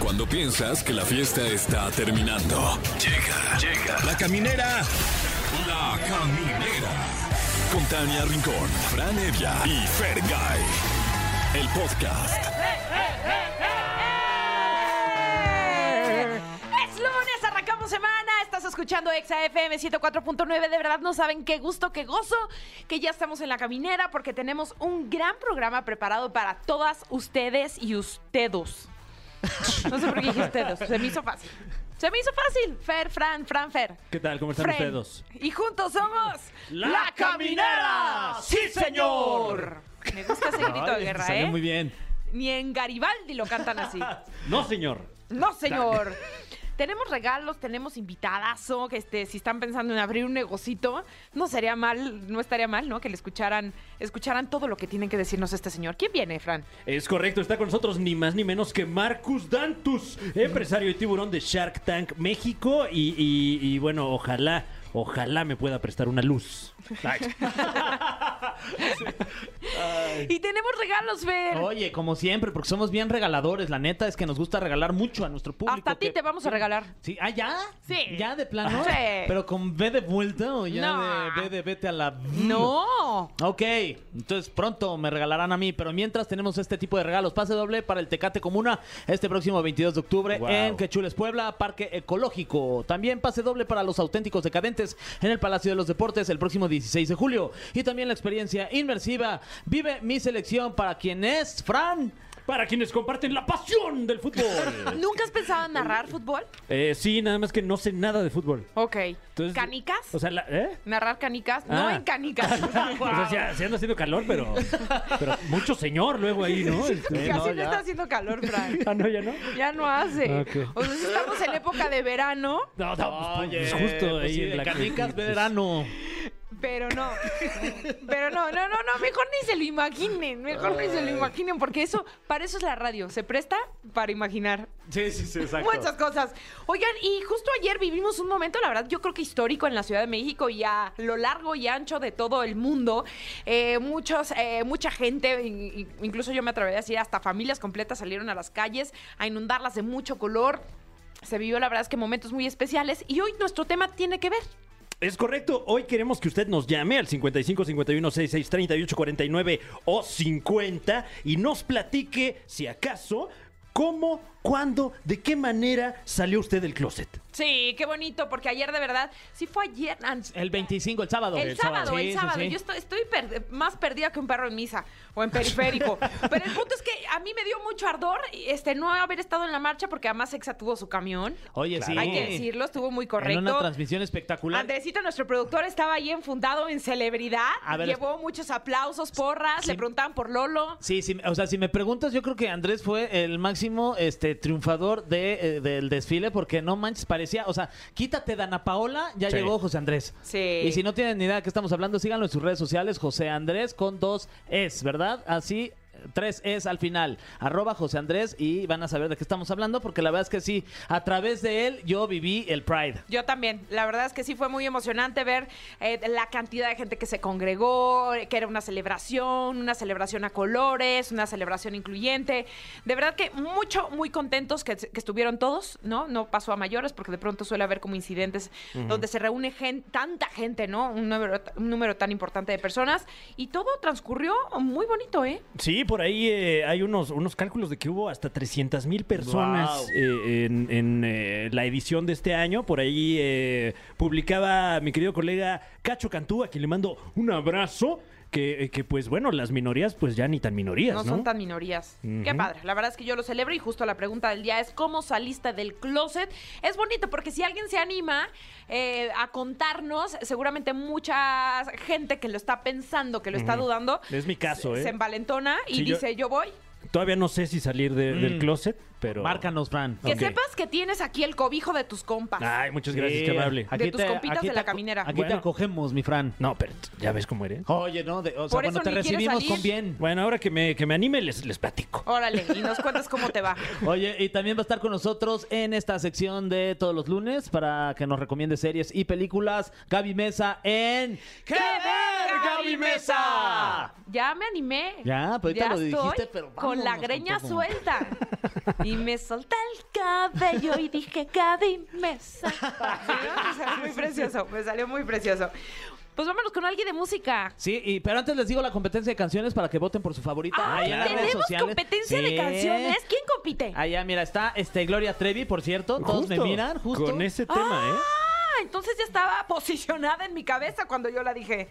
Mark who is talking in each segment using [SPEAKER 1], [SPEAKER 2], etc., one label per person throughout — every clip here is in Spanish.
[SPEAKER 1] Cuando piensas que la fiesta está terminando. Llega, llega. La caminera. La caminera. Con Tania Rincón, Fran Evia y Fer El podcast.
[SPEAKER 2] ¡Eh! Es lunes, arrancamos semana, estás escuchando Exa FM 104.9, de verdad no saben qué gusto, qué gozo que ya estamos en la caminera porque tenemos un gran programa preparado para todas ustedes y ustedes. No sé por qué dije ustedes, se me hizo fácil. Se me hizo fácil, Fer, Fran, Fran, Fer.
[SPEAKER 3] ¿Qué tal? ¿Cómo están
[SPEAKER 2] Fren.
[SPEAKER 3] ustedes dos?
[SPEAKER 2] Y juntos somos
[SPEAKER 3] La Caminera. ¡Sí, señor!
[SPEAKER 2] Me gusta ese grito de
[SPEAKER 3] Ay,
[SPEAKER 2] guerra,
[SPEAKER 3] salió
[SPEAKER 2] ¿eh?
[SPEAKER 3] muy bien.
[SPEAKER 2] Ni en Garibaldi lo cantan así.
[SPEAKER 3] No, señor.
[SPEAKER 2] No, señor. tenemos regalos, tenemos invitadazo, que este, si están pensando en abrir un negocito, no sería mal, no estaría mal, ¿no? Que le escucharan, escucharan todo lo que tienen que decirnos este señor. ¿Quién viene, Fran?
[SPEAKER 3] Es correcto, está con nosotros ni más ni menos que Marcus Dantus, empresario y tiburón de Shark Tank México. Y, y- y, bueno, ojalá, ojalá me pueda prestar una luz. Ay.
[SPEAKER 2] Y tenemos regalos, Fer.
[SPEAKER 4] Oye, como siempre, porque somos bien regaladores, la neta es que nos gusta regalar mucho a nuestro público.
[SPEAKER 2] Hasta a ti
[SPEAKER 4] que-
[SPEAKER 2] te vamos a regalar.
[SPEAKER 4] Sí, ¿ah, ya?
[SPEAKER 2] Sí.
[SPEAKER 4] ¿Ya de plano?
[SPEAKER 2] Sí.
[SPEAKER 4] ¿Pero con B de vuelta o ya
[SPEAKER 2] No.
[SPEAKER 4] de B de vete a la... v?
[SPEAKER 2] No.
[SPEAKER 4] Ok, entonces pronto me regalarán a mí, pero mientras tenemos este tipo de regalos, pase doble para el Tecate Comuna este próximo 22 de octubre
[SPEAKER 3] Wow.
[SPEAKER 4] en Quechules, Puebla, Parque Ecológico. También pase doble para los auténticos decadentes en el Palacio de los Deportes el próximo 16 de julio. Y también la experiencia inmersiva Vive mi selección para quien es Fran.
[SPEAKER 3] Para quienes comparten la pasión del fútbol.
[SPEAKER 2] ¿Nunca has pensado en narrar fútbol?
[SPEAKER 3] Eh, sí, nada más que no sé nada de fútbol.
[SPEAKER 2] Ok.
[SPEAKER 3] Entonces-
[SPEAKER 2] ¿Canicas?
[SPEAKER 3] O sea, la- ¿eh?
[SPEAKER 2] Narrar canicas, no
[SPEAKER 3] Ah.
[SPEAKER 2] en canicas.
[SPEAKER 3] O sea, sí ha- sí anda haciendo calor, pero, pero mucho señor luego ahí, ¿no? Este,
[SPEAKER 2] Casi
[SPEAKER 4] no,
[SPEAKER 2] no,
[SPEAKER 4] ya.
[SPEAKER 2] está haciendo calor, Fran.
[SPEAKER 3] Ah, no, ya no.
[SPEAKER 2] Ya no hace.
[SPEAKER 3] Ok.
[SPEAKER 2] O sea, si estamos en época de verano,
[SPEAKER 3] No, no, pues, pues, justo ahí en la
[SPEAKER 4] canicas
[SPEAKER 3] pues,
[SPEAKER 4] verano.
[SPEAKER 2] Pero no, pero no, no, no, no, mejor ni se lo imaginen, mejor ni se lo imaginen, porque eso, para eso es la radio, se presta para imaginar
[SPEAKER 4] Sí, sí, sí, exacto.
[SPEAKER 2] muchas cosas. Oigan, y justo ayer vivimos un momento, la verdad, yo creo que histórico en la Ciudad de México y a lo largo y ancho de todo el mundo. Eh, muchos, eh, mucha gente, in- in- incluso yo me atrevería a decir, hasta familias completas salieron a las calles a inundarlas de mucho color. Se vivió, la verdad, es que momentos muy especiales y hoy nuestro tema tiene que ver.
[SPEAKER 3] Es correcto, hoy queremos que usted nos llame al 55 51 66 38 49 o 50 y nos platique, si acaso, cómo, cuándo, de qué manera salió usted del closet.
[SPEAKER 2] Sí, qué bonito, porque ayer de verdad, sí fue ayer. ans-
[SPEAKER 4] El 25, el sábado.
[SPEAKER 2] El sábado, el
[SPEAKER 4] Sí, sí,
[SPEAKER 2] sábado.
[SPEAKER 4] sí.
[SPEAKER 2] Yo estoy, estoy per- más perdida que un perro en misa o en periférico. Pero el punto es que a mí me dio mucho ardor este, no haber estado en la marcha porque además Exa tuvo su camión.
[SPEAKER 4] Oye,
[SPEAKER 3] Claro.
[SPEAKER 4] sí.
[SPEAKER 2] Hay que decirlo, estuvo muy
[SPEAKER 4] En una
[SPEAKER 2] correcto.
[SPEAKER 4] transmisión espectacular.
[SPEAKER 2] Andresito, nuestro productor, estaba ahí enfundado en celebridad.
[SPEAKER 4] A ver,
[SPEAKER 2] Llevó muchos aplausos, porras,
[SPEAKER 4] Sí.
[SPEAKER 2] le preguntaban por Lolo.
[SPEAKER 4] Sí, sí, o sea, si me preguntas, yo creo que Andrés fue el máximo este triunfador de, eh, del desfile, porque no manches, parecía, o sea, quítate Dana Paola, ya
[SPEAKER 3] Sí.
[SPEAKER 4] llegó José Andrés.
[SPEAKER 2] Sí.
[SPEAKER 4] Y si no tienen ni idea de qué estamos hablando, síganlo en sus redes sociales, José Andrés con dos es, ¿verdad? Así, eh, tres es al final, arroba José Andrés y van a saber de qué estamos hablando, porque la verdad es que sí, a través de él yo viví el Pride.
[SPEAKER 2] Yo también. La verdad es que sí fue muy emocionante ver eh, la cantidad de gente que se congregó, que era una celebración, una celebración a colores, una celebración incluyente. De verdad que mucho, muy contentos que, que estuvieron todos, ¿no? No pasó a mayores porque de pronto suele haber como incidentes donde se reúne gen- tanta gente, ¿no? Un número, un número tan importante de personas y todo transcurrió muy bonito, ¿eh?
[SPEAKER 3] Sí, por ahí eh, hay unos, unos cálculos de que hubo hasta 300 mil personas
[SPEAKER 4] Wow.
[SPEAKER 3] eh, en, en, eh, la edición de este año. Por ahí eh, publicaba mi querido colega Cacho Cantú, a quien le mando un abrazo. Que, eh, que, pues bueno, las minorías pues ya ni tan minorías, ¿no?
[SPEAKER 2] No son tan minorías. Qué
[SPEAKER 3] Ujú.
[SPEAKER 2] padre. La verdad es que yo lo celebro y justo la pregunta del día es ¿cómo saliste del closet? Es bonito porque si alguien se anima eh, a contarnos, seguramente mucha gente que lo está pensando, que lo está
[SPEAKER 3] Ujú.
[SPEAKER 2] dudando,
[SPEAKER 3] Es mi caso,
[SPEAKER 2] se
[SPEAKER 3] ¿eh?
[SPEAKER 2] envalentona y
[SPEAKER 3] Sí, yo-
[SPEAKER 2] dice yo voy.
[SPEAKER 3] Todavía no sé si salir de- del
[SPEAKER 4] Mm.
[SPEAKER 3] closet, pero.
[SPEAKER 4] Márcanos, Fran.
[SPEAKER 2] Que
[SPEAKER 3] Ok. Ah.
[SPEAKER 2] sepas que tienes aquí el cobijo de tus compas.
[SPEAKER 3] Ay, muchas gracias,
[SPEAKER 4] Sí,
[SPEAKER 3] qué amable.
[SPEAKER 2] De tus compitas de la caminera.
[SPEAKER 4] Aquí
[SPEAKER 3] Bueno.
[SPEAKER 4] te acogemos, mi Fran.
[SPEAKER 3] No, pero ya ves cómo eres.
[SPEAKER 4] Oye, no, de- o sea,
[SPEAKER 2] Por eso
[SPEAKER 4] bueno, te
[SPEAKER 2] ni quieres
[SPEAKER 4] recibimos
[SPEAKER 2] salir.
[SPEAKER 4] con bien.
[SPEAKER 3] Bueno, ahora que me, que me anime, les, les platico.
[SPEAKER 2] Órale, y nos cuentas cómo te va.
[SPEAKER 4] Oye, y también va a estar con nosotros en esta sección de todos los lunes para que nos recomiende series y películas. Gaby Mesa en
[SPEAKER 2] ¡Que venga
[SPEAKER 3] Gaby Mesa.
[SPEAKER 2] Ya me animé.
[SPEAKER 4] Ya, pero ahorita lo
[SPEAKER 2] estoy
[SPEAKER 4] dijiste, pero
[SPEAKER 2] Con la
[SPEAKER 4] vámonos
[SPEAKER 2] greña
[SPEAKER 4] con todo.
[SPEAKER 2] suelta. Y me solté el cabello y dije, Gaby Mesa. Sí, me salió muy precioso, me salió muy precioso. Pues vámonos con alguien de música.
[SPEAKER 4] Sí, y, pero antes les digo la competencia de canciones para que voten por su favorita.
[SPEAKER 2] Ay,
[SPEAKER 4] ahí en las redes
[SPEAKER 2] tenemos
[SPEAKER 4] sociales.
[SPEAKER 2] competencia
[SPEAKER 4] Sí.
[SPEAKER 2] de canciones. ¿Quién compite?
[SPEAKER 4] Allá, mira, está este Gloria Trevi, por cierto. Todos me
[SPEAKER 3] Justo,
[SPEAKER 4] miran, justo.
[SPEAKER 3] Con ese tema, ¿eh?
[SPEAKER 2] Ah, entonces ya estaba posicionada en mi cabeza cuando yo la dije.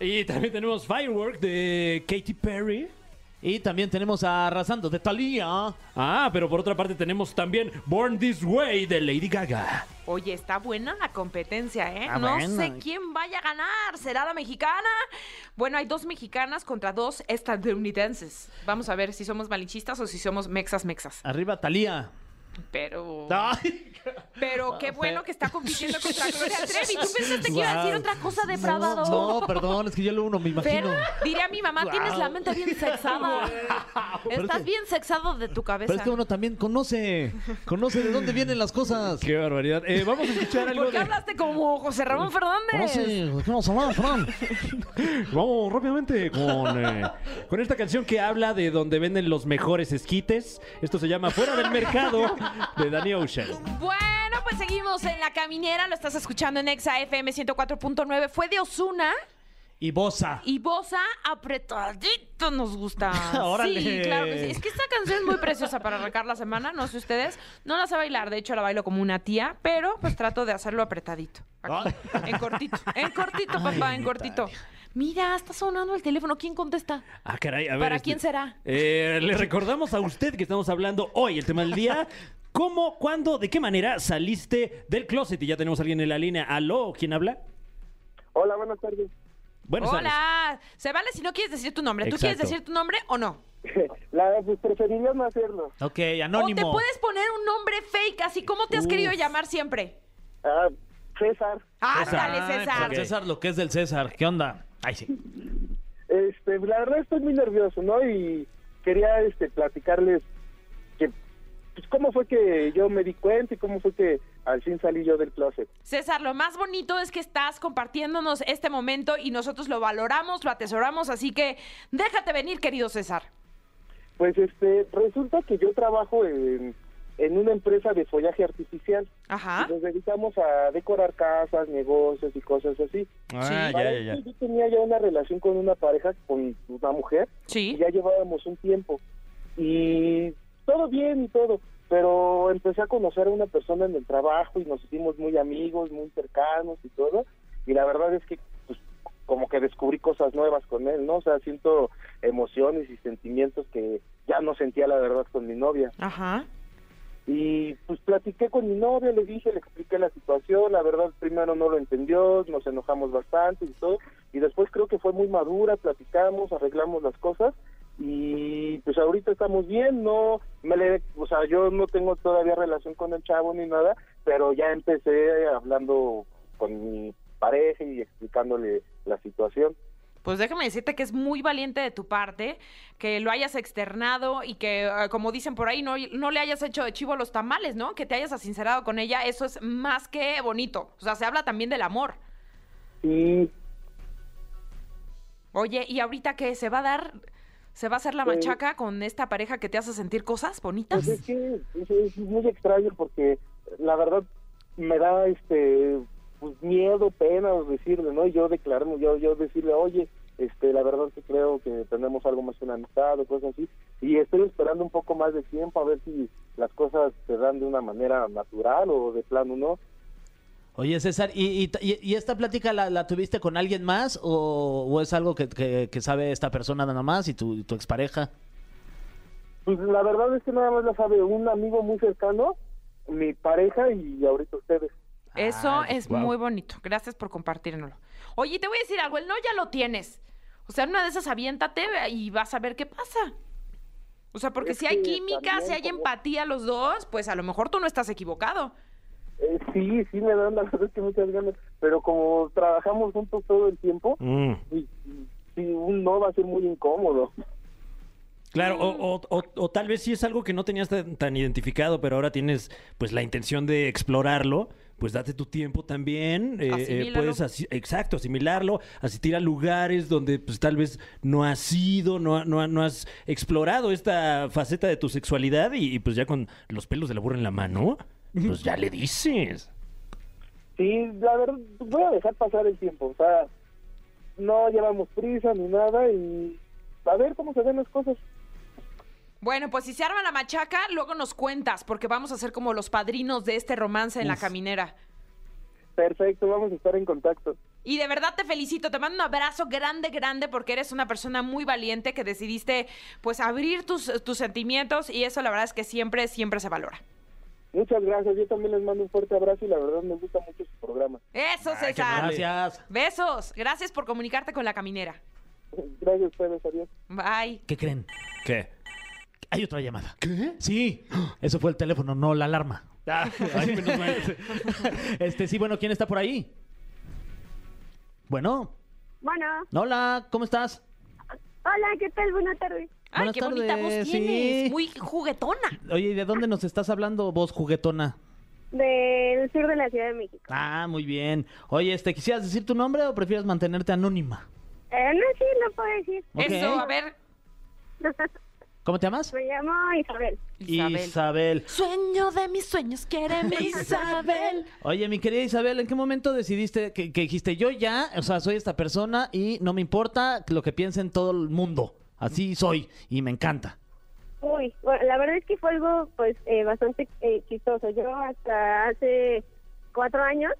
[SPEAKER 3] Y también tenemos Firework de Katy Perry.
[SPEAKER 4] Y también tenemos a Arrasando de Talía.
[SPEAKER 3] Ah, pero por otra parte tenemos también Born This Way de Lady Gaga.
[SPEAKER 2] Oye, está buena la competencia, ¿eh?
[SPEAKER 4] Ah,
[SPEAKER 2] no
[SPEAKER 4] bueno.
[SPEAKER 2] sé quién vaya a ganar. ¿Será la mexicana? Bueno, hay dos mexicanas contra dos estadounidenses. Vamos a ver si somos malinchistas o si somos mexas mexas.
[SPEAKER 4] Arriba Talía.
[SPEAKER 2] Pero. Pero qué bueno que está compitiendo contra Gloria Trevi. ¿Tú pensaste que iba a decir
[SPEAKER 4] Wow.
[SPEAKER 2] otra cosa
[SPEAKER 4] No,
[SPEAKER 2] depravador?
[SPEAKER 4] no, perdón, es que yo lo uno me
[SPEAKER 2] Pero
[SPEAKER 4] imagino.
[SPEAKER 2] diría mi mamá, tienes la mente bien sexada.
[SPEAKER 4] Pero es
[SPEAKER 2] Estás
[SPEAKER 4] que-
[SPEAKER 2] bien sexado de tu cabeza.
[SPEAKER 4] Pero es que uno también conoce, conoce de dónde vienen las cosas.
[SPEAKER 3] Qué barbaridad. Eh, vamos a escuchar algo
[SPEAKER 2] ¿Por qué
[SPEAKER 3] de...
[SPEAKER 2] hablaste como José Ramón Fernández?
[SPEAKER 4] Conoce, ¿de qué nos hablaban, Fran?
[SPEAKER 3] Vamos rápidamente con, eh, con esta canción que habla de donde venden los mejores esquites. Esto se llama Fuera del Mercado de Danny Ocean.
[SPEAKER 2] Bueno, pues seguimos en la caminera. Lo estás escuchando en Exa FM 104.9. Fue de Osuna
[SPEAKER 4] Y Bosa.
[SPEAKER 2] y Bosa apretadito nos gusta.
[SPEAKER 4] Órale.
[SPEAKER 2] Sí, claro que sí. Es que esta canción es muy preciosa para arrancar la semana. No sé ustedes. No la sé bailar. De hecho, la bailo como una tía, pero pues trato de hacerlo apretadito. Aquí, En cortito. En cortito, papá, en cortito. Mira, está sonando el teléfono. ¿Quién contesta?
[SPEAKER 3] Ah, caray, a ver.
[SPEAKER 2] ¿Para
[SPEAKER 3] este-
[SPEAKER 2] quién será?
[SPEAKER 3] Eh, le recordamos a usted que estamos hablando hoy, el tema del día. ¿Cómo, cuándo, de qué manera saliste del closet? Y ya tenemos a alguien en la línea. ¿Aló? ¿Quién habla?
[SPEAKER 5] Hola, buenas tardes.
[SPEAKER 3] Buenas
[SPEAKER 2] Hola, se vale si no quieres decir tu nombre. ¿Tú quieres
[SPEAKER 3] Exacto.
[SPEAKER 2] decir tu nombre o no?
[SPEAKER 5] La, pues preferiría no hacerlo.
[SPEAKER 4] Ok,
[SPEAKER 2] O
[SPEAKER 4] anónimo.
[SPEAKER 2] te puedes poner un nombre fake, así como te has
[SPEAKER 3] Uf.
[SPEAKER 2] querido llamar siempre.
[SPEAKER 5] Ah, César,
[SPEAKER 2] Ah,
[SPEAKER 3] César.
[SPEAKER 2] dale, César.
[SPEAKER 4] Ay, César, lo que es del César. ¿Qué onda? Ay, sí.
[SPEAKER 5] este, la verdad estoy muy nervioso, ¿no? Y quería este, platicarles que, pues, cómo fue que yo me di cuenta y cómo fue que al fin salí yo del closet.
[SPEAKER 2] César, lo más bonito es que estás compartiéndonos este momento y nosotros lo valoramos, lo atesoramos, así que déjate venir, querido César.
[SPEAKER 5] Pues este, resulta que yo trabajo en, en una empresa de follaje artificial.
[SPEAKER 2] Ajá.
[SPEAKER 3] ¿Ah?
[SPEAKER 5] Y nos dedicamos a decorar casas, negocios y cosas así.
[SPEAKER 3] Ah, ya,
[SPEAKER 5] Para
[SPEAKER 3] ya, ya.
[SPEAKER 5] esto Yo tenía ya una relación con una pareja, con una mujer,
[SPEAKER 2] Sí.
[SPEAKER 5] ya llevábamos un tiempo y todo bien y todo, pero empecé a conocer a una persona en el trabajo y nos hicimos muy amigos, muy cercanos y todo, y la verdad es que pues, como que descubrí cosas nuevas con él, ¿no? O sea, siento emociones y sentimientos que ya no sentía la verdad con mi novia.
[SPEAKER 2] Ajá.
[SPEAKER 5] Y pues platiqué con mi novia, le dije, le expliqué la situación, la verdad primero no lo entendió, nos enojamos bastante y todo, y después creo que fue muy madura, platicamos, arreglamos las cosas y pues ahorita estamos bien, no me le, o sea, yo no tengo todavía relación con el chavo ni nada, pero ya empecé hablando con mi pareja y explicándole la situación.
[SPEAKER 2] Pues déjame decirte que es muy valiente de tu parte que lo hayas externado y que, eh, como dicen por ahí, no, no le hayas hecho de chivo los tamales, ¿no? Que te hayas asincerado con ella, eso es más que bonito. O sea, se habla también del amor.
[SPEAKER 5] Y
[SPEAKER 2] Oye, ¿y ahorita qué? ¿Se va a dar, se va a hacer la
[SPEAKER 5] Pues-
[SPEAKER 2] machaca con esta pareja que te hace sentir cosas bonitas?
[SPEAKER 5] Pues es que es, es muy extraño porque la verdad me da este pues, miedo, pena decirle, ¿no? Y yo declararme, yo, yo decirle, oye, este, la verdad que creo que tenemos algo más que una amistad o cosas así. Y estoy esperando un poco más de tiempo a ver si las cosas se dan de una manera natural o de plano no.
[SPEAKER 4] Oye, César, ¿y, y- y- y esta plática la, la tuviste con alguien más o, o es algo que, que- que sabe esta persona nada más y tu, y tu expareja?
[SPEAKER 5] Pues la verdad es que nada más la sabe un amigo muy cercano, mi pareja y ahorita ustedes.
[SPEAKER 2] Eso
[SPEAKER 4] Ah,
[SPEAKER 2] es
[SPEAKER 4] guau.
[SPEAKER 2] muy bonito. Gracias por compartirnoslo. Oye, y te voy a decir algo, el no ya lo tienes. O sea, en una de esas aviéntate y vas a ver qué pasa. O sea, porque
[SPEAKER 5] Es
[SPEAKER 2] si hay
[SPEAKER 5] que
[SPEAKER 2] química,
[SPEAKER 5] también
[SPEAKER 2] si hay
[SPEAKER 5] como-
[SPEAKER 2] empatía los dos, pues a lo mejor tú no estás equivocado.
[SPEAKER 5] Eh, sí, sí me dan la verdad es que muchas ganas, pero como trabajamos juntos todo el tiempo,
[SPEAKER 3] Mm.
[SPEAKER 5] y, y- y un no va a ser muy incómodo.
[SPEAKER 3] Claro, o,
[SPEAKER 2] Mm.
[SPEAKER 3] o- o- o tal vez sí es algo que no tenías tan, tan identificado, pero ahora tienes pues la intención de explorarlo. pues date tu tiempo también. eh, eh,
[SPEAKER 2] Asimílalo.
[SPEAKER 3] puedes asi- exacto, asimilarlo, asistir a lugares donde pues tal vez no has ido, no, ha- no, ha- no has explorado esta faceta de tu sexualidad y, y, pues ya con los pelos de la burra en la mano, pues ya le dices.
[SPEAKER 6] Sí, la verdad, voy a dejar pasar el tiempo. O sea, no llevamos prisa ni nada y a ver cómo se ven las cosas.
[SPEAKER 2] Bueno, pues si se arma la machaca, luego nos cuentas, porque vamos a ser como los padrinos de este romance en la caminera.
[SPEAKER 6] Perfecto, vamos a estar en contacto.
[SPEAKER 2] Y de verdad te felicito, te mando un abrazo grande, grande, porque eres una persona muy valiente que decidiste pues abrir tus, tus sentimientos y eso la verdad es que siempre, siempre se valora.
[SPEAKER 6] Muchas gracias, yo también les mando un fuerte abrazo y la verdad me gusta mucho su programa.
[SPEAKER 2] Eso, César.
[SPEAKER 4] Gracias.
[SPEAKER 2] Besos. Gracias por comunicarte con la caminera.
[SPEAKER 6] Gracias a ustedes, adiós.
[SPEAKER 2] Bye.
[SPEAKER 4] ¿Qué creen?
[SPEAKER 3] ¿Qué?
[SPEAKER 4] Hay otra llamada. ¿Qué? Sí. Eso fue el teléfono, no la alarma. este, sí, bueno, ¿quién está por ahí? Bueno,
[SPEAKER 7] Bueno,
[SPEAKER 4] hola, ¿cómo estás?
[SPEAKER 7] hola, ¿qué tal? Buenas tardes.
[SPEAKER 2] Ay,
[SPEAKER 4] Buenas
[SPEAKER 2] qué bonita voz
[SPEAKER 4] tardes,
[SPEAKER 2] tienes.
[SPEAKER 4] sí.
[SPEAKER 2] Muy juguetona.
[SPEAKER 4] Oye, ¿y ¿de dónde nos estás hablando vos, juguetona?
[SPEAKER 7] Del sur de la Ciudad de México.
[SPEAKER 4] Ah, muy bien. Oye, este, ¿quisieras decir tu nombre o prefieres mantenerte anónima?
[SPEAKER 7] Eh, no, sí, no puedo decir.
[SPEAKER 4] Ok.
[SPEAKER 2] Eso, a ver,
[SPEAKER 4] ¿Cómo te llamas?
[SPEAKER 7] Me llamo Isabel.
[SPEAKER 2] Isabel.
[SPEAKER 4] Isabel.
[SPEAKER 2] Sueño de mis sueños, quéreme Isabel.
[SPEAKER 4] Oye, mi querida Isabel, ¿en qué momento decidiste que, que dijiste yo ya, o sea, soy esta persona y no me importa lo que piense en todo el mundo? Así soy y me encanta.
[SPEAKER 7] Uy, bueno, la verdad es que fue algo pues eh, bastante eh, chistoso. Yo hasta hace cuatro años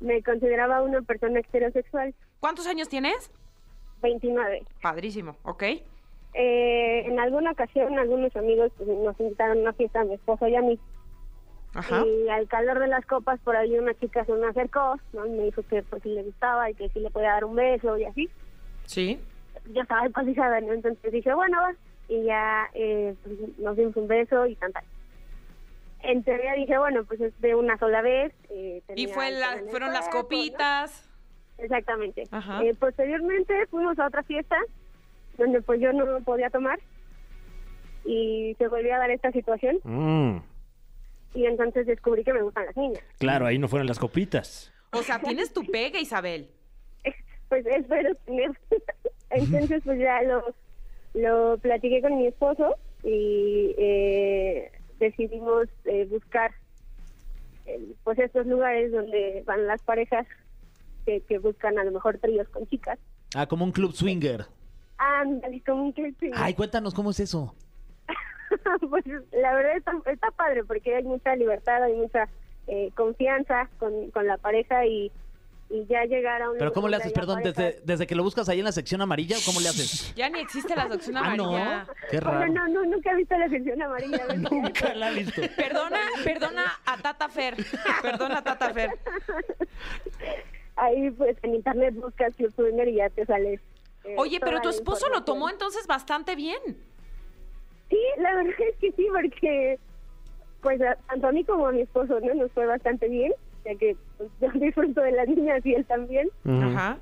[SPEAKER 7] me consideraba una persona heterosexual,
[SPEAKER 2] ¿Cuántos años tienes?
[SPEAKER 7] 29.
[SPEAKER 2] Padrísimo, ¿ok?
[SPEAKER 7] Eh, en alguna ocasión algunos amigos pues, nos invitaron a una fiesta a mi esposo y a mí.
[SPEAKER 2] Ajá.
[SPEAKER 7] Y al calor de las copas, por ahí una chica se me acercó, ¿no? Y me dijo que pues, sí le gustaba y que sí le podía dar un beso y así.
[SPEAKER 2] Sí.
[SPEAKER 7] Yo estaba alcoholizada, ¿no? Entonces dije, bueno, va. Y ya eh, pues, nos dimos un beso y cantar. En teoría dije, bueno, pues es de una sola vez. eh,
[SPEAKER 2] Y
[SPEAKER 7] tenía
[SPEAKER 2] fue
[SPEAKER 7] alcohol
[SPEAKER 2] la-
[SPEAKER 7] en el
[SPEAKER 2] fueron las
[SPEAKER 7] cuerpo, ¿no?
[SPEAKER 2] copitas.
[SPEAKER 7] Exactamente.
[SPEAKER 2] Ajá.
[SPEAKER 7] Eh, posteriormente fuimos a otra fiesta donde pues yo no podía tomar y se volvió a dar esta situación
[SPEAKER 3] Mm,
[SPEAKER 7] y entonces descubrí que me gustan las niñas.
[SPEAKER 3] claro, ahí no fueron las copitas.
[SPEAKER 2] O sea, tienes tu pega, Isabel.
[SPEAKER 7] Pues espero tener. Entonces, pues ya lo, lo platiqué con mi esposo y eh, decidimos eh, buscar eh, pues estos lugares donde van las parejas que, que buscan a lo mejor tríos con chicas. Ah,
[SPEAKER 4] Ah, como un club swinger.
[SPEAKER 7] Ándale, como un que sí.
[SPEAKER 4] Ay, cuéntanos cómo es eso.
[SPEAKER 7] pues la verdad está, está padre porque hay mucha libertad, hay mucha eh, confianza con, con la pareja y, y ya llegar a un
[SPEAKER 4] Pero ¿cómo le
[SPEAKER 7] lugar
[SPEAKER 4] haces,
[SPEAKER 7] donde haya
[SPEAKER 4] perdón, desde,
[SPEAKER 7] parejas.
[SPEAKER 4] desde que lo buscas ahí en la sección amarilla o cómo le haces?
[SPEAKER 2] Ya ni existe la docción
[SPEAKER 4] Ah, no.
[SPEAKER 2] amarilla.
[SPEAKER 4] Qué
[SPEAKER 7] Bueno,
[SPEAKER 4] raro.
[SPEAKER 7] no, no, nunca he visto la sección amarilla. ¿ves?
[SPEAKER 3] Nunca la he visto.
[SPEAKER 2] Perdona, perdona a Tata Fer. Perdona a Tata Fer.
[SPEAKER 7] Ahí pues en internet buscas Club Swinger y ya te sales. eh,
[SPEAKER 2] Oye, pero
[SPEAKER 7] toda
[SPEAKER 2] tu
[SPEAKER 7] la
[SPEAKER 2] esposo lo
[SPEAKER 7] información.
[SPEAKER 2] tomó entonces bastante bien.
[SPEAKER 7] Sí, la verdad es que sí, porque pues a- tanto a mí como a mi esposo no nos fue bastante bien, ya que pues, yo disfruto de las niñas y él también.
[SPEAKER 3] Mm.
[SPEAKER 2] Ajá.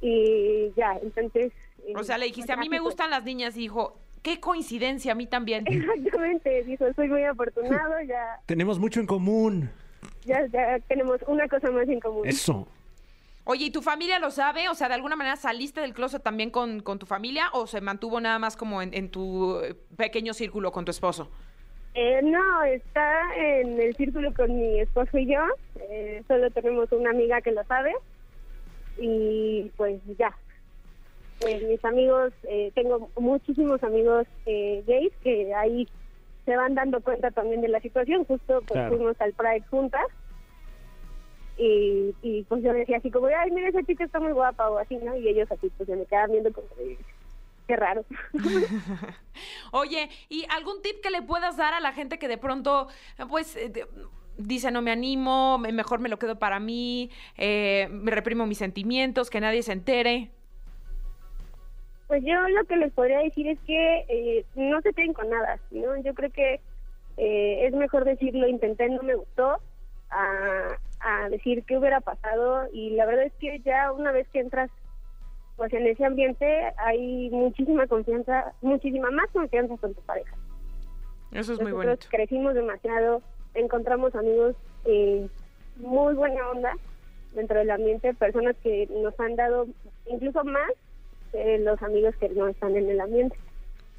[SPEAKER 7] Y ya, entonces... eh,
[SPEAKER 2] O sea, le dijiste, a
[SPEAKER 7] pues,
[SPEAKER 2] mí me
[SPEAKER 7] así fue".
[SPEAKER 2] gustan las niñas y dijo, qué coincidencia, a mí también.
[SPEAKER 7] Exactamente, dijo, soy muy afortunado, ya,
[SPEAKER 3] Tenemos mucho en común.
[SPEAKER 7] ya, ya tenemos una cosa más en común.
[SPEAKER 3] Eso.
[SPEAKER 2] Oye, ¿y tu familia lo sabe? O sea, ¿de alguna manera saliste del closet también con, con tu familia o se mantuvo nada más como en, en tu eh, pequeño círculo con tu esposo?
[SPEAKER 7] Eh, no, está en el círculo con mi esposo y yo. eh, solo tenemos una amiga que lo sabe. Y pues ya. Eh, mis amigos, eh, tengo muchísimos amigos eh, gays que ahí se van dando cuenta también de la situación. Justo pues
[SPEAKER 3] Claro.
[SPEAKER 7] fuimos al Pride juntas. Y, y pues yo decía así como, ay, mira, esa chica está muy guapa o así, ¿no? Y ellos así, pues se me quedaban viendo como, de, qué raro.
[SPEAKER 2] Oye, ¿y algún tip que le puedas dar a la gente que de pronto, eh, pues, eh, de- dice no me animo, me- mejor me lo quedo para mí, eh, me reprimo mis sentimientos, que nadie se entere?
[SPEAKER 7] Pues yo lo que les podría decir es que eh, no se queden con nada, ¿no? Yo creo que eh, es mejor decir lo intenté, no me gustó, a, a decir qué hubiera pasado. Y la verdad es que ya una vez que entras pues en ese ambiente hay muchísima confianza, muchísima más confianza con tu pareja.
[SPEAKER 2] Eso es muy
[SPEAKER 7] Nosotros
[SPEAKER 2] bonito.
[SPEAKER 7] crecimos demasiado, encontramos amigos eh, muy buena onda dentro del ambiente, personas que nos han dado incluso más que los amigos que no están en el ambiente.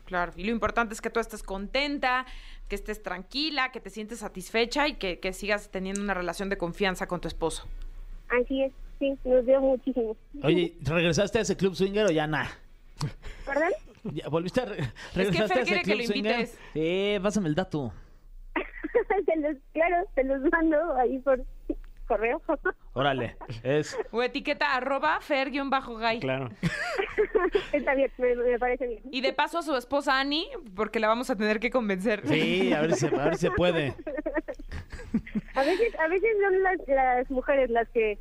[SPEAKER 2] Claro, y lo importante es que tú estés contenta, que estés tranquila, que te sientes satisfecha y que, que sigas teniendo una relación de confianza con tu esposo.
[SPEAKER 7] Así es, sí, nos dio muchísimo.
[SPEAKER 4] Oye, ¿regresaste a ese club swinger o ya nada?
[SPEAKER 7] ¿Perdón?
[SPEAKER 4] ¿Ya ¿Volviste a re-
[SPEAKER 2] Fer
[SPEAKER 4] regresaste a
[SPEAKER 2] quiere
[SPEAKER 4] ese
[SPEAKER 2] que
[SPEAKER 4] club
[SPEAKER 2] lo
[SPEAKER 4] swinger?
[SPEAKER 2] invites.
[SPEAKER 4] Eh, pásame el dato.
[SPEAKER 7] se los, claro, se los mando ahí por correo.
[SPEAKER 4] Órale, es...
[SPEAKER 2] O etiqueta arroba fer-gay.
[SPEAKER 3] Claro.
[SPEAKER 7] Está bien, me, me parece bien.
[SPEAKER 2] Y de paso a su esposa Ani, porque la vamos a tener que convencer.
[SPEAKER 4] Sí, a ver si, a ver si se puede.
[SPEAKER 7] A veces, a veces son las, las mujeres las que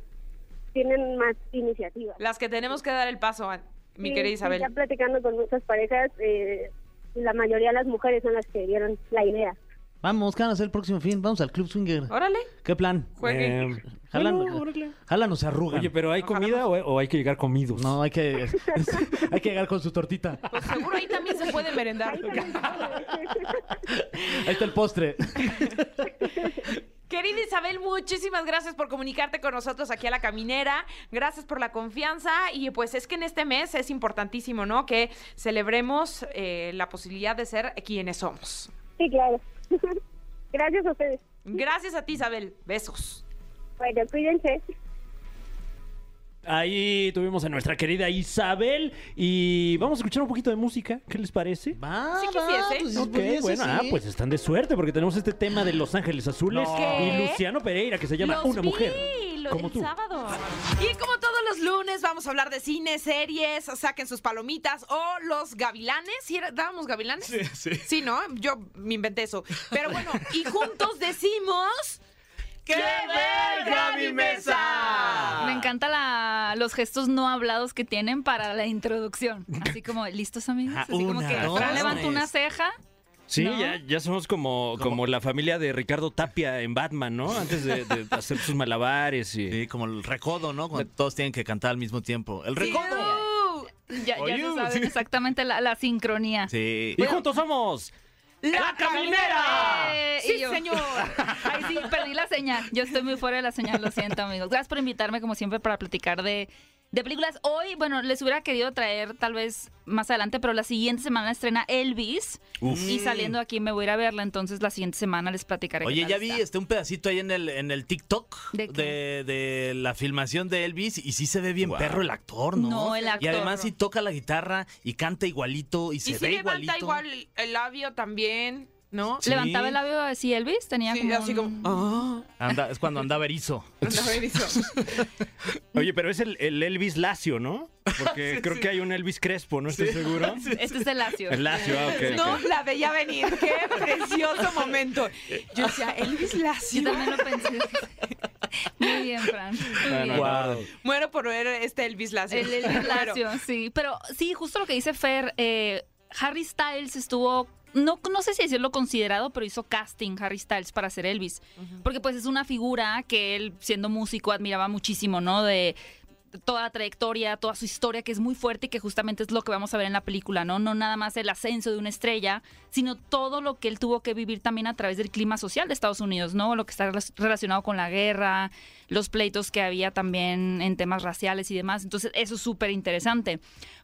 [SPEAKER 7] tienen más iniciativa.
[SPEAKER 2] Las que tenemos que dar el paso, An- mi
[SPEAKER 7] Sí,
[SPEAKER 2] querida
[SPEAKER 7] sí,
[SPEAKER 2] Isabel.
[SPEAKER 7] Ya platicando con muchas parejas, eh, la mayoría de las mujeres son las que dieron la idea.
[SPEAKER 4] Vamos, ¿qué van a hacer el próximo fin? Vamos al club swinger.
[SPEAKER 2] Órale,
[SPEAKER 4] ¿Qué plan?
[SPEAKER 2] jueguen.
[SPEAKER 3] Eh,
[SPEAKER 4] Jalan,
[SPEAKER 3] bueno, órale.
[SPEAKER 4] jalan o se arrugan.
[SPEAKER 3] Oye, pero ¿hay
[SPEAKER 2] Ojalá
[SPEAKER 3] comida o, o hay que llegar comidos?
[SPEAKER 4] No, hay que, hay que llegar con su tortita.
[SPEAKER 2] Pues seguro ahí también se puede merendar.
[SPEAKER 7] Ahí también se puede.
[SPEAKER 4] Ahí está el postre.
[SPEAKER 2] Querida Isabel, muchísimas gracias por comunicarte con nosotros aquí a La Caminera. Gracias por la confianza. Y pues es que en este mes es importantísimo, ¿no? Que celebremos eh, la posibilidad de ser quienes somos.
[SPEAKER 7] sí, claro. Gracias a ustedes.
[SPEAKER 2] Gracias a ti, Isabel. Besos.
[SPEAKER 7] Bueno, cuídense.
[SPEAKER 3] Ahí tuvimos a nuestra querida Isabel y vamos a escuchar un poquito de música. ¿Qué les parece?
[SPEAKER 4] Va,
[SPEAKER 2] Sí
[SPEAKER 4] va,
[SPEAKER 8] ¿eh?
[SPEAKER 2] quisiese.
[SPEAKER 4] pues,
[SPEAKER 3] Ok,
[SPEAKER 4] pudiese,
[SPEAKER 3] bueno, ah,
[SPEAKER 4] sí.
[SPEAKER 3] pues están de suerte porque tenemos este tema de Los Ángeles Azules
[SPEAKER 2] ¿Qué?
[SPEAKER 3] y Luciano Pereira que se llama
[SPEAKER 2] Los
[SPEAKER 3] Una
[SPEAKER 2] vi,
[SPEAKER 3] Mujer.
[SPEAKER 2] lo-
[SPEAKER 3] como
[SPEAKER 2] el
[SPEAKER 3] tú.
[SPEAKER 2] sábado. Y como todos los lunes, vamos a hablar de cine, series, saquen sus palomitas o los gavilanes. ¿Sí era- dábamos gavilanes? Sí, sí. Sí, ¿no? Yo me inventé eso. Pero bueno, y juntos decimos. ¡Qué verga mi mesa!
[SPEAKER 8] Me encantan los gestos no hablados que tienen para la introducción. Así como, ¿listos amigos? Así como
[SPEAKER 4] una,
[SPEAKER 8] que
[SPEAKER 4] dos,
[SPEAKER 8] Fran levanta una
[SPEAKER 4] tres.
[SPEAKER 8] ceja.
[SPEAKER 9] Sí,
[SPEAKER 8] ¿No?
[SPEAKER 9] ya, ya somos como, como la familia de Ricardo Tapia en Batman, ¿no? Antes de, de hacer sus malabares y...
[SPEAKER 5] Sí, como el recodo, ¿no? Cuando todos tienen que cantar al mismo tiempo. ¡El recodo!
[SPEAKER 8] uh, Ya, ya
[SPEAKER 5] Oye,
[SPEAKER 8] se saben
[SPEAKER 5] sí.
[SPEAKER 8] exactamente la, la sincronía.
[SPEAKER 5] Sí.
[SPEAKER 9] Y juntos somos...
[SPEAKER 2] ¡La
[SPEAKER 8] Eh,
[SPEAKER 2] Sí,
[SPEAKER 8] y yo.
[SPEAKER 2] señor.
[SPEAKER 8] Ay, sí, perdí la señal. Yo estoy muy fuera de la señal, lo siento, amigos. Gracias por invitarme, como siempre, para platicar de, de películas. Hoy, bueno, les hubiera querido traer tal vez más adelante, pero la siguiente semana estrena Elvis. Y saliendo aquí me voy a ir a verla, entonces la siguiente semana les platicaré. qué
[SPEAKER 5] Oye,
[SPEAKER 8] tal
[SPEAKER 5] ya vi
[SPEAKER 8] está.
[SPEAKER 5] este, un pedacito ahí en el, en el TikTok
[SPEAKER 8] ¿De
[SPEAKER 5] ¿De,
[SPEAKER 8] qué?
[SPEAKER 5] de, la filmación de Elvis y sí se ve bien perro el actor, ¿no?
[SPEAKER 8] No, el
[SPEAKER 5] Y
[SPEAKER 8] actor.
[SPEAKER 5] además sí toca la guitarra y canta igualito y se
[SPEAKER 2] Y sí
[SPEAKER 5] ve
[SPEAKER 2] levanta
[SPEAKER 5] igualito.
[SPEAKER 2] igual el labio también, ¿no?
[SPEAKER 5] Sí.
[SPEAKER 8] Levantaba el labio así, Elvis. Tenía
[SPEAKER 2] Sí,
[SPEAKER 8] como.
[SPEAKER 2] así como,
[SPEAKER 8] un-
[SPEAKER 5] Anda- es cuando andaba erizo.
[SPEAKER 9] Oye, pero es el, el Elvis Lacio, ¿no? Porque creo que hay un Elvis Crespo, ¿no? Estoy seguro.
[SPEAKER 8] Este es el lacio.
[SPEAKER 9] El Lacio, ah, ok.
[SPEAKER 2] No
[SPEAKER 9] ok.
[SPEAKER 2] la veía venir. Qué precioso momento. Yo decía, Elvis
[SPEAKER 8] Yo
[SPEAKER 2] Lacio.
[SPEAKER 8] también lo pensé. Muy bien, Fran. Muy
[SPEAKER 3] Ah,
[SPEAKER 9] Bueno,
[SPEAKER 8] bien.
[SPEAKER 9] no.
[SPEAKER 2] Muero por ver este Elvis Lacio.
[SPEAKER 8] El, el
[SPEAKER 2] Muero.
[SPEAKER 8] Lazio, sí. Pero sí, justo lo que dice Fer, eh, Harry Styles estuvo. No, no sé si decirlo considerado, pero hizo casting Harry Styles para ser Elvis. Porque pues es una figura que él, siendo músico, admiraba muchísimo, ¿no? De toda la trayectoria, toda su historia, que es muy fuerte y que justamente es lo que vamos a ver en la película, ¿no? No nada más el ascenso de una estrella, sino todo lo que él tuvo que vivir también a través del clima social de Estados Unidos, ¿no? Lo que está relac- relacionado con la guerra, los pleitos que había también en temas raciales y demás. Entonces, eso es súper interesante.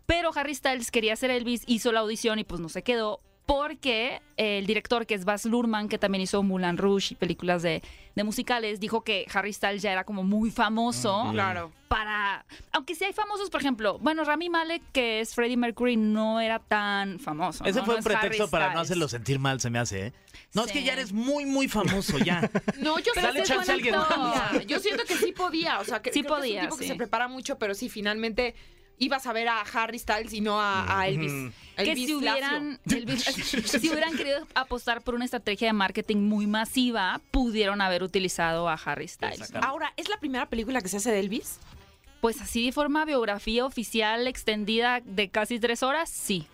[SPEAKER 8] Pero Harry Styles quería ser Elvis, hizo la audición y pues no se quedó. Porque el director, que es Baz Luhrmann, que también hizo Moulin Rouge y películas de, de musicales, dijo que Harry Styles ya era como muy famoso
[SPEAKER 2] Claro.
[SPEAKER 8] para. Aunque sí hay famosos, por ejemplo, bueno, Rami Malek, que es Freddie Mercury, no era tan famoso.
[SPEAKER 5] Ese
[SPEAKER 8] ¿no?
[SPEAKER 5] fue
[SPEAKER 8] No
[SPEAKER 5] un
[SPEAKER 8] es Harry
[SPEAKER 5] pretexto para no
[SPEAKER 8] Styles.
[SPEAKER 5] hacerlo sentir mal, se me hace, ¿eh? No, es que
[SPEAKER 8] Sí.
[SPEAKER 5] ya eres muy, muy famoso ya.
[SPEAKER 2] No, yo
[SPEAKER 5] Dale
[SPEAKER 2] siento
[SPEAKER 5] chance a
[SPEAKER 2] que
[SPEAKER 5] alguien más.
[SPEAKER 2] podía. Yo siento que sí podía. O sea, que,
[SPEAKER 8] Sí
[SPEAKER 2] creo que es
[SPEAKER 8] podía,
[SPEAKER 2] un tipo que
[SPEAKER 8] sí.
[SPEAKER 2] se prepara mucho, pero sí, finalmente ibas a ver a Harry Styles y no a, a Elvis.
[SPEAKER 8] Que
[SPEAKER 2] Elvis
[SPEAKER 8] si hubieran, Elvis- si hubieran querido apostar por una estrategia de marketing muy masiva, pudieron haber utilizado a Harry Styles.
[SPEAKER 2] Lacio. Ahora, ¿es la primera película que se hace de Elvis?
[SPEAKER 8] Pues así de forma biografía oficial extendida de casi tres horas, sí.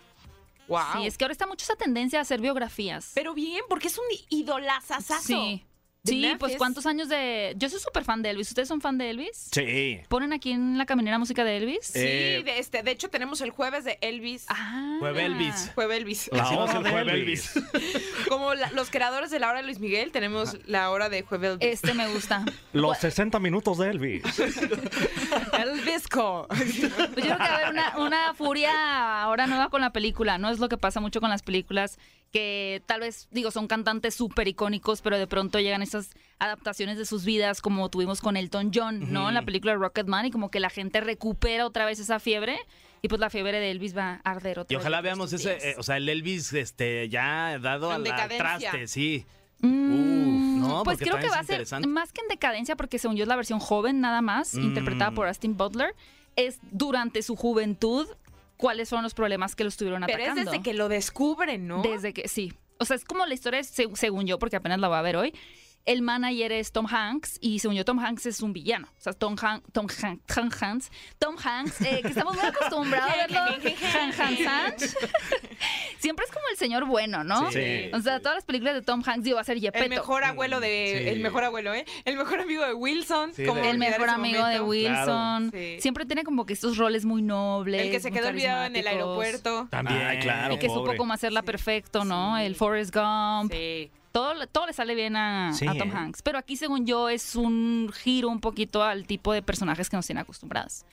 [SPEAKER 2] Wow.
[SPEAKER 8] Sí, es que ahora está mucho esa tendencia a hacer biografías.
[SPEAKER 2] Pero bien, porque es un idolazazazo.
[SPEAKER 8] Sí.
[SPEAKER 2] De
[SPEAKER 8] Sí,
[SPEAKER 2] Memphis.
[SPEAKER 8] pues cuántos años de... Yo soy súper fan de Elvis. ¿Ustedes son fan de Elvis?
[SPEAKER 3] Sí.
[SPEAKER 8] ¿Ponen aquí en la caminera música de Elvis?
[SPEAKER 2] Sí,
[SPEAKER 3] Eh,
[SPEAKER 2] de, este, de hecho tenemos el jueves de Elvis.
[SPEAKER 8] Ah.
[SPEAKER 4] Jueve Elvis.
[SPEAKER 2] Jueves Elvis.
[SPEAKER 3] La
[SPEAKER 4] Así
[SPEAKER 3] hora
[SPEAKER 4] nos fue
[SPEAKER 3] de Elvis.
[SPEAKER 2] Como la- los creadores de la hora de Luis Miguel, tenemos la hora de Jueves Elvis.
[SPEAKER 8] Este me gusta.
[SPEAKER 3] Los 60 minutos de Elvis.
[SPEAKER 2] El disco.
[SPEAKER 8] Pues yo creo que va a haber una, una furia ahora nueva con la película, ¿no? Es lo que pasa mucho con las películas, que tal vez, digo, son cantantes súper icónicos, pero de pronto llegan estas adaptaciones de sus vidas, como tuvimos con Elton John, ¿no? En la película Rocketman, y como que la gente recupera otra vez esa fiebre, y pues la fiebre de Elvis va a arder otra
[SPEAKER 4] Y
[SPEAKER 8] vez
[SPEAKER 4] ojalá
[SPEAKER 8] por
[SPEAKER 4] veamos
[SPEAKER 8] estos
[SPEAKER 4] ese,
[SPEAKER 8] días.
[SPEAKER 4] eh, o sea, el Elvis este ya dado
[SPEAKER 2] En
[SPEAKER 4] al
[SPEAKER 2] decadencia.
[SPEAKER 4] traste, sí.
[SPEAKER 8] Mm,
[SPEAKER 4] Uf, no,
[SPEAKER 8] pues
[SPEAKER 4] porque
[SPEAKER 8] creo que
[SPEAKER 4] también
[SPEAKER 8] va a
[SPEAKER 4] es
[SPEAKER 8] ser
[SPEAKER 4] interesante. Mm.
[SPEAKER 8] más que en decadencia, porque según yo es la versión joven nada más, interpretada por Austin Butler, es durante su juventud cuáles fueron los problemas que lo estuvieron
[SPEAKER 2] Pero es
[SPEAKER 8] atacando.
[SPEAKER 2] desde que lo descubren, ¿no?
[SPEAKER 8] Desde que, sí. O sea, es como la historia, se- según yo, porque apenas la voy a ver hoy. El manager es Tom Hanks y según yo Tom Hanks es un villano. O sea, Tom, Han- Tom, Han- Tom Hanks, Tom Hanks, eh, que estamos muy acostumbrados a verlo, Han- Han- Han. siempre es como el señor bueno, ¿no?
[SPEAKER 3] Sí.
[SPEAKER 8] O sea, todas las películas de Tom Hanks, digo, va a ser Yepeto.
[SPEAKER 2] el mejor abuelo de.
[SPEAKER 4] Mm, Sí.
[SPEAKER 2] El mejor abuelo, ¿eh? El mejor amigo de Wilson.
[SPEAKER 4] Sí,
[SPEAKER 2] ¿cómo
[SPEAKER 4] de-
[SPEAKER 8] El
[SPEAKER 2] olvidar
[SPEAKER 8] mejor
[SPEAKER 2] ese
[SPEAKER 8] amigo de
[SPEAKER 2] momento?
[SPEAKER 8] Wilson.
[SPEAKER 2] Sí.
[SPEAKER 8] Siempre tiene como que estos roles muy nobles.
[SPEAKER 2] El que se
[SPEAKER 8] muy
[SPEAKER 2] quedó olvidado en el
[SPEAKER 8] carismáticos.
[SPEAKER 2] aeropuerto.
[SPEAKER 3] También,
[SPEAKER 4] Ay,
[SPEAKER 3] claro.
[SPEAKER 8] Y que supo
[SPEAKER 3] pobre.
[SPEAKER 8] cómo hacerla
[SPEAKER 2] Sí.
[SPEAKER 8] perfecto, ¿no?
[SPEAKER 2] Sí.
[SPEAKER 8] El Forrest Gump.
[SPEAKER 2] Sí.
[SPEAKER 8] Todo, le- todo le sale bien a,
[SPEAKER 3] Sí,
[SPEAKER 8] a Tom
[SPEAKER 3] ¿eh?
[SPEAKER 8] Hanks. Pero aquí, según yo, es un giro un poquito al tipo de personajes que nos tienen acostumbrados.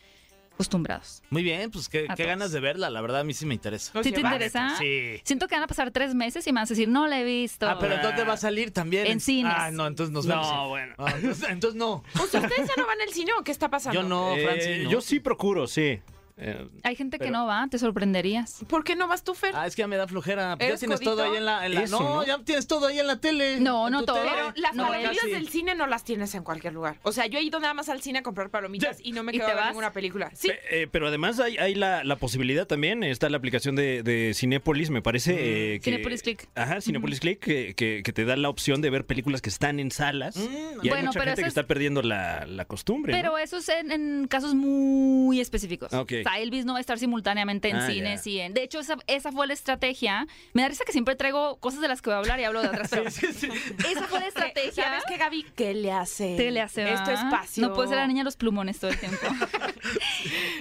[SPEAKER 8] Acostumbrados.
[SPEAKER 4] Muy bien, pues qué,
[SPEAKER 8] A
[SPEAKER 4] qué
[SPEAKER 8] todos.
[SPEAKER 4] ganas de verla, la verdad a mí sí me interesa.
[SPEAKER 2] Nos
[SPEAKER 8] ¿Sí te
[SPEAKER 2] lleva.
[SPEAKER 8] interesa?
[SPEAKER 4] Sí.
[SPEAKER 8] Siento que van a pasar tres meses y me vas a decir, no la he visto.
[SPEAKER 4] Ah, pero entonces va a salir también.
[SPEAKER 8] En cines.
[SPEAKER 4] Ah, no, entonces nos vemos.
[SPEAKER 3] No, bueno.
[SPEAKER 4] Ah, entonces, entonces no.
[SPEAKER 2] O sea, Pues, ¿Ustedes ya no van al cine o qué está pasando?
[SPEAKER 4] Yo no,
[SPEAKER 3] Eh,
[SPEAKER 4] Francis. no.
[SPEAKER 3] Yo sí procuro, sí. Eh,
[SPEAKER 8] Hay gente que
[SPEAKER 3] Pero-
[SPEAKER 8] no va, te sorprenderías.
[SPEAKER 2] ¿Por qué no vas tú, Fer?
[SPEAKER 4] Ah, es que ya me da flojera. Pues ya
[SPEAKER 2] ¿Eres
[SPEAKER 4] tienes todo
[SPEAKER 2] codito?
[SPEAKER 4] ahí en la, en la-
[SPEAKER 3] Eso,
[SPEAKER 4] no,
[SPEAKER 3] ¿no?
[SPEAKER 4] ya tienes todo ahí en la tele.
[SPEAKER 8] No,
[SPEAKER 4] en
[SPEAKER 8] no
[SPEAKER 4] tu
[SPEAKER 8] todo.
[SPEAKER 4] tele.
[SPEAKER 2] Pero las
[SPEAKER 8] No,
[SPEAKER 2] palomitas
[SPEAKER 4] casi.
[SPEAKER 2] del cine no las tienes en cualquier lugar. O sea, yo he ido nada más al cine a comprar palomitas y no me
[SPEAKER 8] ¿Y
[SPEAKER 2] quedo
[SPEAKER 8] te
[SPEAKER 2] a ver
[SPEAKER 8] vas?
[SPEAKER 2] ninguna película. Sí.
[SPEAKER 3] pe- eh, pero además hay, hay la, la posibilidad también, está la aplicación de, de Cinépolis, me
[SPEAKER 4] Mm.
[SPEAKER 3] parece. eh, que,
[SPEAKER 8] Cinépolis Click.
[SPEAKER 3] Ajá, Cinépolis Click, que, que- que te da la opción de ver películas que están en salas.
[SPEAKER 4] Mm,
[SPEAKER 3] y hay
[SPEAKER 8] Bueno,
[SPEAKER 3] mucha
[SPEAKER 8] pero
[SPEAKER 3] gente
[SPEAKER 8] eso
[SPEAKER 3] que
[SPEAKER 8] es-
[SPEAKER 3] está perdiendo la, la costumbre. ¿no?
[SPEAKER 8] Pero eso es en, en casos muy específicos.
[SPEAKER 3] Ok.
[SPEAKER 8] O sea, Elvis no va a estar simultáneamente en
[SPEAKER 3] Ah,
[SPEAKER 8] cines
[SPEAKER 3] ya.
[SPEAKER 8] y en... De hecho, esa, esa fue la estrategia. Me da risa que siempre traigo cosas de las que voy a hablar y hablo de otras. pero Esa fue la estrategia.
[SPEAKER 2] ¿Sabes qué, Gaby? ¿Qué le hace?
[SPEAKER 8] Te le hace,
[SPEAKER 2] Esto es
[SPEAKER 8] ¿va?
[SPEAKER 2] espacio.
[SPEAKER 8] No puede ser la niña de los plumones todo el tiempo.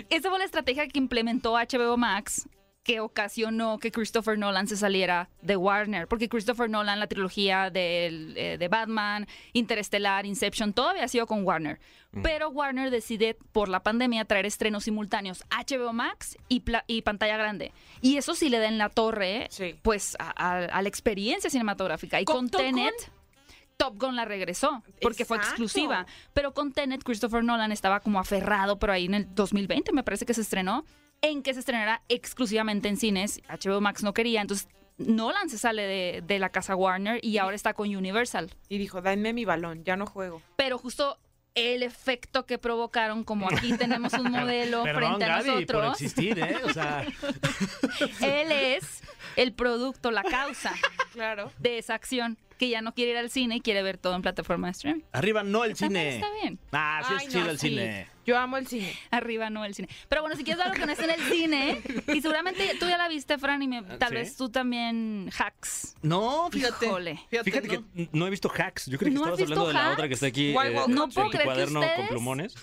[SPEAKER 8] Esa fue la estrategia que implementó HBO Max que ocasionó que Christopher Nolan se saliera de Warner, porque Christopher Nolan, la trilogía del, eh, de Batman, Interestelar, Inception, todo había sido con Warner.
[SPEAKER 2] Mm.
[SPEAKER 8] Pero Warner decide, por la pandemia, traer estrenos simultáneos HBO Max y, pla- y pantalla grande. Y eso sí le da en la torre,
[SPEAKER 2] Sí.
[SPEAKER 8] pues, a, a- a la experiencia cinematográfica. Y
[SPEAKER 2] Con
[SPEAKER 8] con
[SPEAKER 2] Top Gun.
[SPEAKER 8] Tenet... Top Gun la regresó porque fue
[SPEAKER 2] Exacto.
[SPEAKER 8] exclusiva. Pero con Tenet, Christopher Nolan estaba como aferrado, pero ahí en el 2020 me parece que se estrenó, en que se estrenará exclusivamente en cines. HBO Max no quería, entonces Nolan se sale de, de la casa Warner y ahora está con Universal.
[SPEAKER 2] Y dijo, dame mi balón, ya no juego.
[SPEAKER 8] Pero justo el efecto que provocaron, como aquí tenemos un modelo
[SPEAKER 4] Perdón,
[SPEAKER 8] frente a
[SPEAKER 4] Gaby, por
[SPEAKER 8] nosotros,
[SPEAKER 4] existir, ¿eh? O sea,
[SPEAKER 8] él es el producto, la causa
[SPEAKER 2] Claro.
[SPEAKER 8] de esa acción, que ya no quiere ir al cine y quiere ver todo en plataforma de streaming.
[SPEAKER 4] arriba no el
[SPEAKER 8] También
[SPEAKER 4] cine.
[SPEAKER 8] Está bien.
[SPEAKER 4] Ah, sí
[SPEAKER 2] Ay,
[SPEAKER 4] es
[SPEAKER 2] no,
[SPEAKER 4] chido el
[SPEAKER 2] sí.
[SPEAKER 4] cine.
[SPEAKER 2] Yo amo el cine.
[SPEAKER 8] Arriba no el cine. Pero bueno, si quieres ver algo que no está en el cine, y seguramente tú ya la viste, Fran, y me- tal
[SPEAKER 3] ¿sí?
[SPEAKER 8] vez tú también, Hacks.
[SPEAKER 4] No, Ah, Oh, fíjate.
[SPEAKER 8] Híjole.
[SPEAKER 4] Fíjate,
[SPEAKER 3] Fíjate
[SPEAKER 4] ¿no?
[SPEAKER 3] que no he visto hacks. Yo creo que
[SPEAKER 8] ¿No has
[SPEAKER 3] estabas hablando de
[SPEAKER 8] visto
[SPEAKER 3] la otra que
[SPEAKER 8] Hacks?
[SPEAKER 3] está aquí.
[SPEAKER 2] Wild Wild
[SPEAKER 3] en
[SPEAKER 2] Country.
[SPEAKER 8] No puedo
[SPEAKER 3] tu
[SPEAKER 8] creer que
[SPEAKER 3] cuaderno con
[SPEAKER 8] ustedes-
[SPEAKER 3] plumones.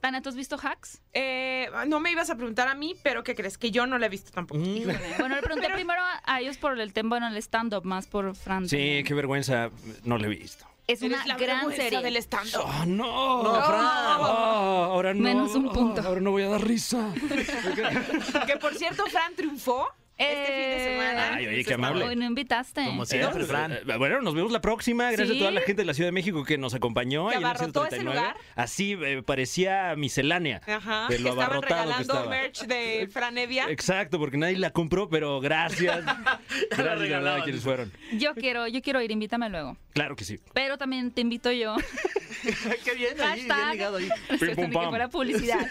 [SPEAKER 8] Tana, ¿tú has visto Hacks?
[SPEAKER 2] Eh, no me ibas a preguntar a mí, pero ¿qué crees? Que yo no la he visto tampoco.
[SPEAKER 3] Mm.
[SPEAKER 8] Bueno, le pregunté primero a, a ellos por el tema, bueno, el stand-up, más por Fran.
[SPEAKER 3] Sí,
[SPEAKER 8] también.
[SPEAKER 3] qué vergüenza. No lo he visto.
[SPEAKER 8] Es una
[SPEAKER 2] Eres la
[SPEAKER 8] gran
[SPEAKER 2] vergüenza
[SPEAKER 8] serie.
[SPEAKER 2] del stand-up.
[SPEAKER 3] ¡Oh, no!
[SPEAKER 4] No, Fran.
[SPEAKER 3] Ah, ahora no. Ah,
[SPEAKER 8] Menos un punto.
[SPEAKER 3] ahora no voy a dar risa.
[SPEAKER 2] Que por cierto, Fran triunfó este fin de
[SPEAKER 8] Eh,
[SPEAKER 2] semana.
[SPEAKER 3] Ay, oye, qué amable.
[SPEAKER 8] Hoy no invitaste.
[SPEAKER 4] Como
[SPEAKER 3] Sí,
[SPEAKER 4] siempre,
[SPEAKER 3] pues,
[SPEAKER 4] Fran.
[SPEAKER 3] eh, Bueno, nos vemos la próxima. Gracias
[SPEAKER 8] Sí.
[SPEAKER 3] a toda la gente de la Ciudad de México que nos acompañó.
[SPEAKER 2] Que
[SPEAKER 3] ahí en el
[SPEAKER 2] abarrotó ese
[SPEAKER 3] 139.
[SPEAKER 2] lugar.
[SPEAKER 3] Así eh, parecía miscelánea.
[SPEAKER 2] Ajá.
[SPEAKER 3] De
[SPEAKER 2] Que
[SPEAKER 3] lo
[SPEAKER 2] estaban
[SPEAKER 3] abarrotado que
[SPEAKER 2] regalando
[SPEAKER 3] estaba.
[SPEAKER 2] merch de Fran Evia.
[SPEAKER 3] Exacto, porque nadie la compró, pero gracias. gracias a
[SPEAKER 4] regalaban.
[SPEAKER 3] quienes fueron.
[SPEAKER 8] Yo quiero, yo quiero ir, invítame luego.
[SPEAKER 3] Claro que sí.
[SPEAKER 8] Pero también te invito yo.
[SPEAKER 4] qué bien ahí, bien
[SPEAKER 8] Hashtag.
[SPEAKER 4] ligado ahí.
[SPEAKER 8] No es
[SPEAKER 3] Pim,
[SPEAKER 8] cierto,
[SPEAKER 3] pum,
[SPEAKER 8] ni que
[SPEAKER 3] pam.
[SPEAKER 8] fuera publicidad.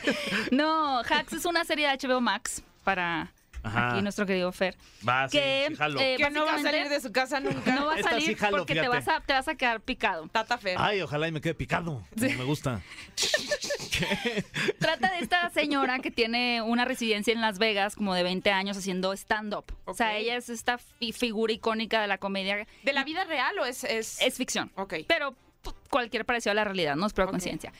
[SPEAKER 8] No, Hacks es una serie de HBO Max para
[SPEAKER 4] Ajá.
[SPEAKER 8] aquí nuestro querido Fer.
[SPEAKER 4] Va, sí,
[SPEAKER 8] que,
[SPEAKER 4] sí, jalo.
[SPEAKER 8] eh,
[SPEAKER 2] Que no va a
[SPEAKER 8] básicamente-
[SPEAKER 2] salir de su casa nunca.
[SPEAKER 8] No va a
[SPEAKER 4] Esta
[SPEAKER 8] salir
[SPEAKER 4] sí jalo,
[SPEAKER 8] porque te
[SPEAKER 4] fíjate.
[SPEAKER 8] vas, a, te vas a quedar picado.
[SPEAKER 2] Tata Fer.
[SPEAKER 3] Ah.
[SPEAKER 4] Ay, ojalá y me quede picado. como Me gusta.
[SPEAKER 8] Trata de esta señora que tiene una residencia en Las Vegas, como de 20 años, haciendo stand-up. O sea,
[SPEAKER 2] Ok.
[SPEAKER 8] ella es esta fi- figura icónica de la comedia.
[SPEAKER 2] ¿De la vida real o es...? es...
[SPEAKER 8] Es ficción.
[SPEAKER 2] Ok.
[SPEAKER 8] Pero pu- cualquier parecido a la realidad, no es pura
[SPEAKER 2] Ok.
[SPEAKER 8] conciencia.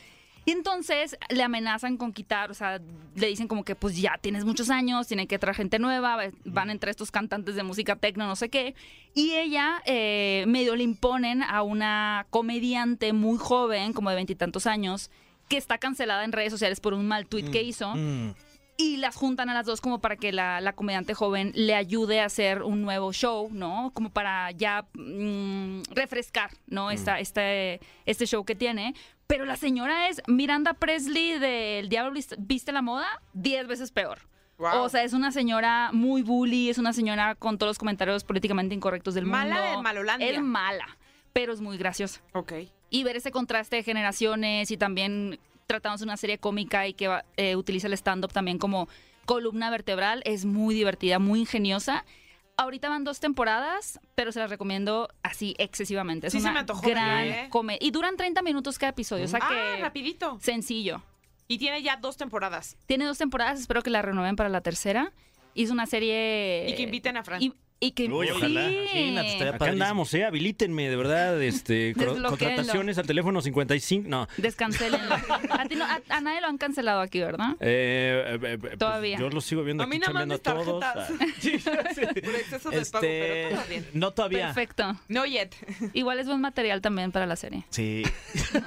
[SPEAKER 8] Y entonces le amenazan con quitar, o sea, le dicen como que pues ya tienes muchos años, tienen que traer gente nueva, va- van entre estos cantantes de música tecno, no sé qué. Y ella eh, medio le imponen a una comediante muy joven, como de veintitantos años, que está cancelada en redes sociales por un mal tweet que hizo.
[SPEAKER 4] Mm.
[SPEAKER 8] Y las juntan a las dos como para que la, la comediante joven le ayude a hacer un nuevo show, ¿no? Como para ya mm, refrescar, ¿no?
[SPEAKER 2] Mm.
[SPEAKER 8] Esta, este, este show que tiene. Pero la señora es Miranda Presley del Diablo Viste- Viste la Moda, 10 veces peor.
[SPEAKER 2] Wow.
[SPEAKER 8] O sea, es una señora muy bully, es una señora con todos los comentarios políticamente incorrectos del
[SPEAKER 2] Mala
[SPEAKER 8] mundo.
[SPEAKER 2] de Malolandia.
[SPEAKER 8] Es mala, pero es muy graciosa
[SPEAKER 2] Ok.
[SPEAKER 8] y ver ese contraste de generaciones y también tratándose de una serie cómica y que va- eh, utiliza el stand-up también como columna vertebral es muy divertida, muy ingeniosa. Ahorita van dos temporadas, pero se las recomiendo así excesivamente. Es
[SPEAKER 2] Sí, se
[SPEAKER 8] una
[SPEAKER 2] me antojó
[SPEAKER 8] gran
[SPEAKER 2] verla, ¿eh?
[SPEAKER 8] come- Y duran 30 minutos cada episodio, o sea
[SPEAKER 2] Ah,
[SPEAKER 8] que
[SPEAKER 2] rapidito.
[SPEAKER 8] sencillo.
[SPEAKER 2] Y tiene ya dos temporadas.
[SPEAKER 8] Tiene dos temporadas, espero que la renueven para la tercera. Y es una serie...
[SPEAKER 2] Y que inviten a Fran.
[SPEAKER 8] Eh, Y, y que...
[SPEAKER 4] Uy,
[SPEAKER 8] sí.
[SPEAKER 4] ojalá. Imagínate, estaría
[SPEAKER 3] Acá andamos, eh, habilítenme, de verdad, este, cro-
[SPEAKER 8] Desbloquéenlo.
[SPEAKER 3] contrataciones al teléfono 55, no.
[SPEAKER 8] Descancelenla. A, ti no- a- a nadie lo han cancelado aquí, ¿verdad?
[SPEAKER 3] Eh, eh, eh, pues,
[SPEAKER 8] Todavía.
[SPEAKER 3] yo los sigo viendo
[SPEAKER 2] a
[SPEAKER 3] aquí
[SPEAKER 2] mí nada más
[SPEAKER 3] chambeando
[SPEAKER 2] mis
[SPEAKER 3] a todos. ah. Este,
[SPEAKER 2] tarjetas. Por exceso de pago, pero todo bien.
[SPEAKER 4] No todavía.
[SPEAKER 8] Perfecto.
[SPEAKER 2] No yet.
[SPEAKER 8] Igual es buen material también para la serie.
[SPEAKER 4] Sí.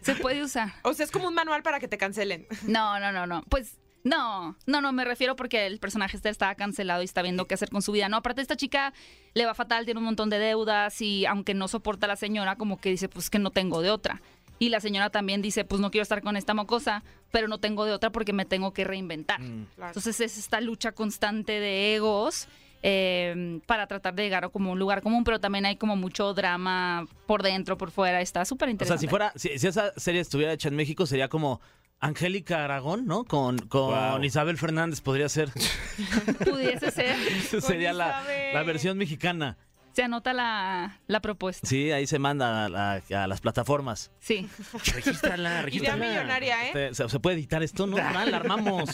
[SPEAKER 8] Se puede usar.
[SPEAKER 2] O sea, es como un manual para que te cancelen.
[SPEAKER 8] No, no, no, no. Pues no, no, no, me refiero porque el personaje está, está cancelado y está viendo qué hacer con su vida. No, aparte esta chica le va fatal, tiene un montón de deudas y aunque no soporta a la señora, como que dice, pues que no tengo de otra. Y la señora también dice, pues no quiero estar con esta mocosa, pero no tengo de otra porque me tengo que reinventar. Entonces es esta lucha constante de egos eh, para tratar de llegar a como un lugar común, pero también hay como mucho drama por dentro, por fuera. Está súper
[SPEAKER 4] O sea,
[SPEAKER 8] interesante.
[SPEAKER 4] si fuera, si, si esa serie estuviera hecha en México, sería como Angélica Aragón, ¿no? Con, con
[SPEAKER 3] Wow.
[SPEAKER 4] Isabel Fernández podría ser.
[SPEAKER 8] Pudiese ser.
[SPEAKER 4] sería la,
[SPEAKER 2] Isabel.
[SPEAKER 4] la versión mexicana.
[SPEAKER 8] Se anota la, la propuesta.
[SPEAKER 4] Sí, ahí se manda a, la- a las plataformas.
[SPEAKER 8] Sí. Ah,
[SPEAKER 4] Ah,
[SPEAKER 3] Regístrala,
[SPEAKER 2] Idea
[SPEAKER 3] regístrala.
[SPEAKER 2] millonaria, ¿eh?
[SPEAKER 4] Este, ¿Se, se puede editar esto? No, mal, la armamos.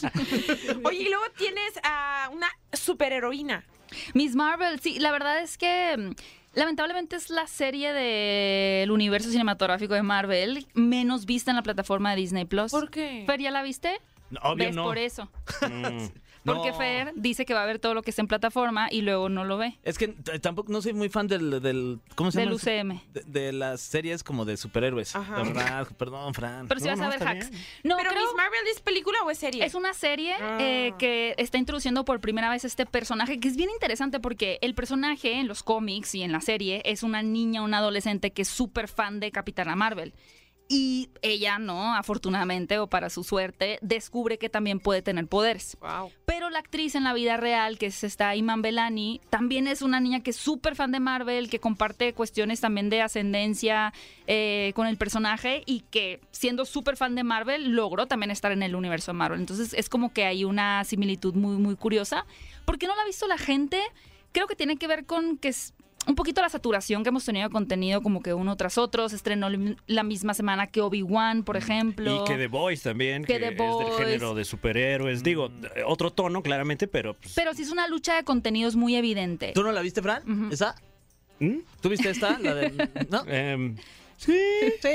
[SPEAKER 2] Oye, y luego tienes a una superheroína.
[SPEAKER 8] Miss Marvel, sí, la verdad es que mm, lamentablemente es la serie del universo cinematográfico de Marvel menos vista en la plataforma de Disney Plus.
[SPEAKER 2] ¿Por qué?
[SPEAKER 8] Fer, ¿ya la viste?
[SPEAKER 4] No, obvio
[SPEAKER 8] ¿Ves
[SPEAKER 4] no.
[SPEAKER 8] por eso?
[SPEAKER 3] Mm.
[SPEAKER 8] Porque
[SPEAKER 4] No.
[SPEAKER 8] Fer dice que va a ver todo lo que está en plataforma y luego no lo ve.
[SPEAKER 4] Es que t- tampoco, no soy muy fan del, del ¿cómo se
[SPEAKER 8] Del
[SPEAKER 4] llama?
[SPEAKER 8] UCM.
[SPEAKER 4] De, de las series como de superhéroes.
[SPEAKER 2] Ajá.
[SPEAKER 4] La verdad, perdón, Fran.
[SPEAKER 8] Pero si
[SPEAKER 3] No,
[SPEAKER 8] vas a
[SPEAKER 3] no,
[SPEAKER 8] ver
[SPEAKER 3] está
[SPEAKER 8] hacks.
[SPEAKER 3] bien.
[SPEAKER 8] No,
[SPEAKER 2] ¿Pero
[SPEAKER 8] creo-
[SPEAKER 2] Miss Marvel es película o es serie?
[SPEAKER 8] Es una serie
[SPEAKER 2] Ah.
[SPEAKER 8] eh, que está introduciendo por primera vez este personaje, que es bien interesante porque el personaje en los cómics y en la serie es una niña, una adolescente que es súper fan de Capitana Marvel. Y ella, ¿no? Afortunadamente o para su suerte, descubre que también puede tener poderes.
[SPEAKER 2] Wow.
[SPEAKER 8] Pero la actriz en la vida real, que es esta Iman Belani, también es una niña que es súper fan de Marvel, que comparte cuestiones también de ascendencia eh, con el personaje y que siendo súper fan de Marvel logró también estar en el universo de Marvel. Entonces es como que hay una similitud muy, muy curiosa. ¿Por qué no la ha visto la gente? Creo que tiene que ver con que es un poquito la saturación que hemos tenido de contenido como que uno tras otro. Se estrenó la misma semana que Obi-Wan, por ejemplo.
[SPEAKER 3] Y que The Voice también,
[SPEAKER 8] Que
[SPEAKER 3] que,
[SPEAKER 8] The
[SPEAKER 3] es
[SPEAKER 8] Boys.
[SPEAKER 3] del género de superhéroes. Digo, eh, otro tono, claramente, pero. pues,
[SPEAKER 8] Pero sí es una lucha de contenidos muy evidente.
[SPEAKER 4] ¿Tú no la viste, Fran?
[SPEAKER 8] Ujú.
[SPEAKER 4] ¿Esa?
[SPEAKER 3] ¿Mm?
[SPEAKER 4] ¿Tú viste esta? La de, ¿No?
[SPEAKER 3] Em, sí, sí, sí.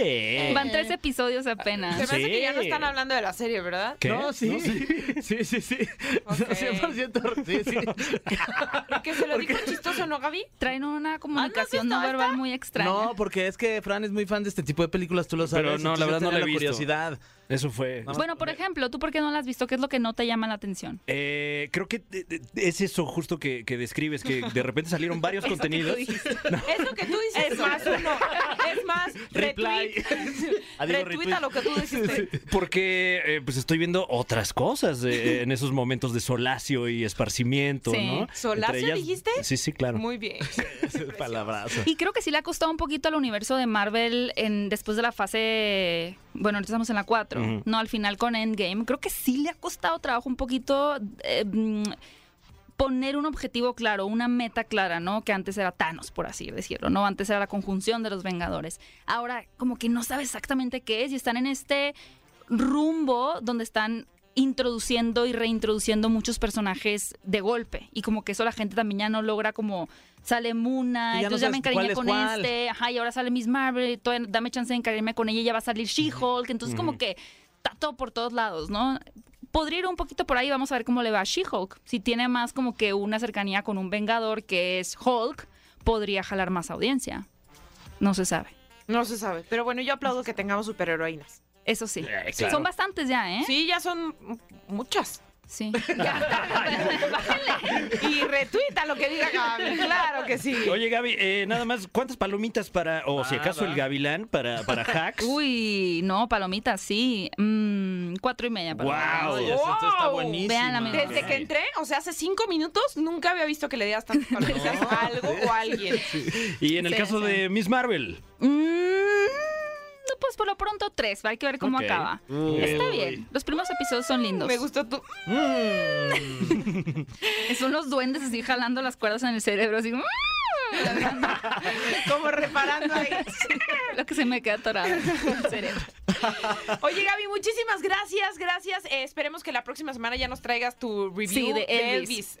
[SPEAKER 8] Eh. Van tres episodios apenas.
[SPEAKER 2] Eh, Se me hace que ya no
[SPEAKER 3] Sí.
[SPEAKER 2] están hablando de la serie, ¿verdad?
[SPEAKER 3] ¿Qué?
[SPEAKER 4] No, sí.
[SPEAKER 3] No,
[SPEAKER 4] sí. Sí, sí, sí.
[SPEAKER 2] Ok.
[SPEAKER 4] 100%. Sí, sí.
[SPEAKER 2] Que se lo dijo chistoso, ¿no, Gaby?
[SPEAKER 8] Traen una comunicación
[SPEAKER 2] visto
[SPEAKER 8] no verbal muy extraña.
[SPEAKER 4] No, porque es que Fran es muy fan de este tipo de películas, tú lo sabes.
[SPEAKER 3] Pero no,
[SPEAKER 4] entonces
[SPEAKER 3] la
[SPEAKER 4] yo
[SPEAKER 3] verdad no
[SPEAKER 4] tenía
[SPEAKER 3] la he visto.
[SPEAKER 4] curiosidad.
[SPEAKER 3] Eso fue.
[SPEAKER 4] No.
[SPEAKER 8] bueno, por ejemplo, ¿tú por qué no la has visto? ¿Qué es lo que no te llama la atención?
[SPEAKER 3] Eh, creo que eh, eh, es eso justo que, que describes, que de repente salieron varios contenidos.
[SPEAKER 2] Eso que tú dices es más uno. Es Es más,
[SPEAKER 5] Reply.
[SPEAKER 2] retweet.
[SPEAKER 5] Ah, digo,
[SPEAKER 2] Retweeta
[SPEAKER 5] retweet.
[SPEAKER 2] lo que tú dijiste.
[SPEAKER 9] Porque eh, pues estoy viendo otras cosas eh, en esos momentos de solacio y esparcimiento,
[SPEAKER 8] Sí.
[SPEAKER 9] ¿no?
[SPEAKER 2] ¿Solacio
[SPEAKER 9] Entre
[SPEAKER 2] dijiste?
[SPEAKER 9] Sí, sí, claro.
[SPEAKER 2] Muy bien.
[SPEAKER 5] Palabrazo.
[SPEAKER 8] Y creo que sí le ha costado un poquito al universo de Marvel en, después de la fase. Bueno, ahorita estamos en la 4,
[SPEAKER 9] Ujú.
[SPEAKER 8] ¿no? Al final con Endgame. Creo que sí le ha costado trabajo un poquito eh, mm, poner un objetivo claro, una meta clara, ¿no? Que antes era Thanos, por así decirlo, ¿no? Antes era la conjunción de los Vengadores. Ahora, como que no sabe exactamente qué es y están en este rumbo donde están introduciendo y reintroduciendo muchos personajes de golpe y como que eso la gente también ya no logra como sale Muna,
[SPEAKER 5] Y ya no
[SPEAKER 8] entonces ya me
[SPEAKER 5] sabes cuál
[SPEAKER 8] encariñé
[SPEAKER 5] es
[SPEAKER 8] con
[SPEAKER 5] cuál.
[SPEAKER 8] este, ajá, y ahora sale Miss Marvel, y todavía dame chance de encariñarme con ella, y ya va a salir She-Hulk, entonces como que está todo por todos lados, ¿no? Podría ir un poquito por ahí, vamos a ver cómo le va a She-Hulk. Si tiene más como que una cercanía con un Vengador que es Hulk, podría jalar más audiencia. No se sabe.
[SPEAKER 2] No se sabe. Pero bueno, yo aplaudo que tengamos superheroínas.
[SPEAKER 8] Eso sí.
[SPEAKER 9] Eh, claro.
[SPEAKER 8] Son bastantes ya, ¿eh?
[SPEAKER 2] Sí, ya son muchas.
[SPEAKER 8] Sí.
[SPEAKER 2] Y retuita lo que diga Gaby. Claro que sí.
[SPEAKER 9] Oye, Gaby, eh, nada más, ¿cuántas palomitas para, o
[SPEAKER 10] Ah,
[SPEAKER 9] si acaso el gavilán para, para hacks?
[SPEAKER 8] Uy, no, palomita, sí. Mm, cuatro y media. palomita.
[SPEAKER 5] Wow,
[SPEAKER 2] Wow.
[SPEAKER 5] esto está buenísimo.
[SPEAKER 8] Vean la menor.
[SPEAKER 2] Desde que entré, o sea, hace cinco minutos, nunca había visto que le dieras tantas palomitas a algo o a alguien.
[SPEAKER 9] Y en el
[SPEAKER 8] Sí,
[SPEAKER 9] caso
[SPEAKER 8] sí.
[SPEAKER 9] de Miss Marvel.
[SPEAKER 8] Mm, no, pues por lo pronto tres. Hay que ver cómo
[SPEAKER 9] Ok.
[SPEAKER 8] acaba. Está bien. Los primeros episodios son lindos.
[SPEAKER 2] Me gustó tu...
[SPEAKER 8] Son los duendes así jalando las cuerdas en el cerebro, así. mm,
[SPEAKER 2] Como reparando ahí.
[SPEAKER 8] Lo que se me queda atorado en el cerebro.
[SPEAKER 2] Oye, Gaby, muchísimas gracias, gracias. Eh, esperemos que la próxima semana ya nos traigas tu review
[SPEAKER 8] Sí, de
[SPEAKER 2] Elvis.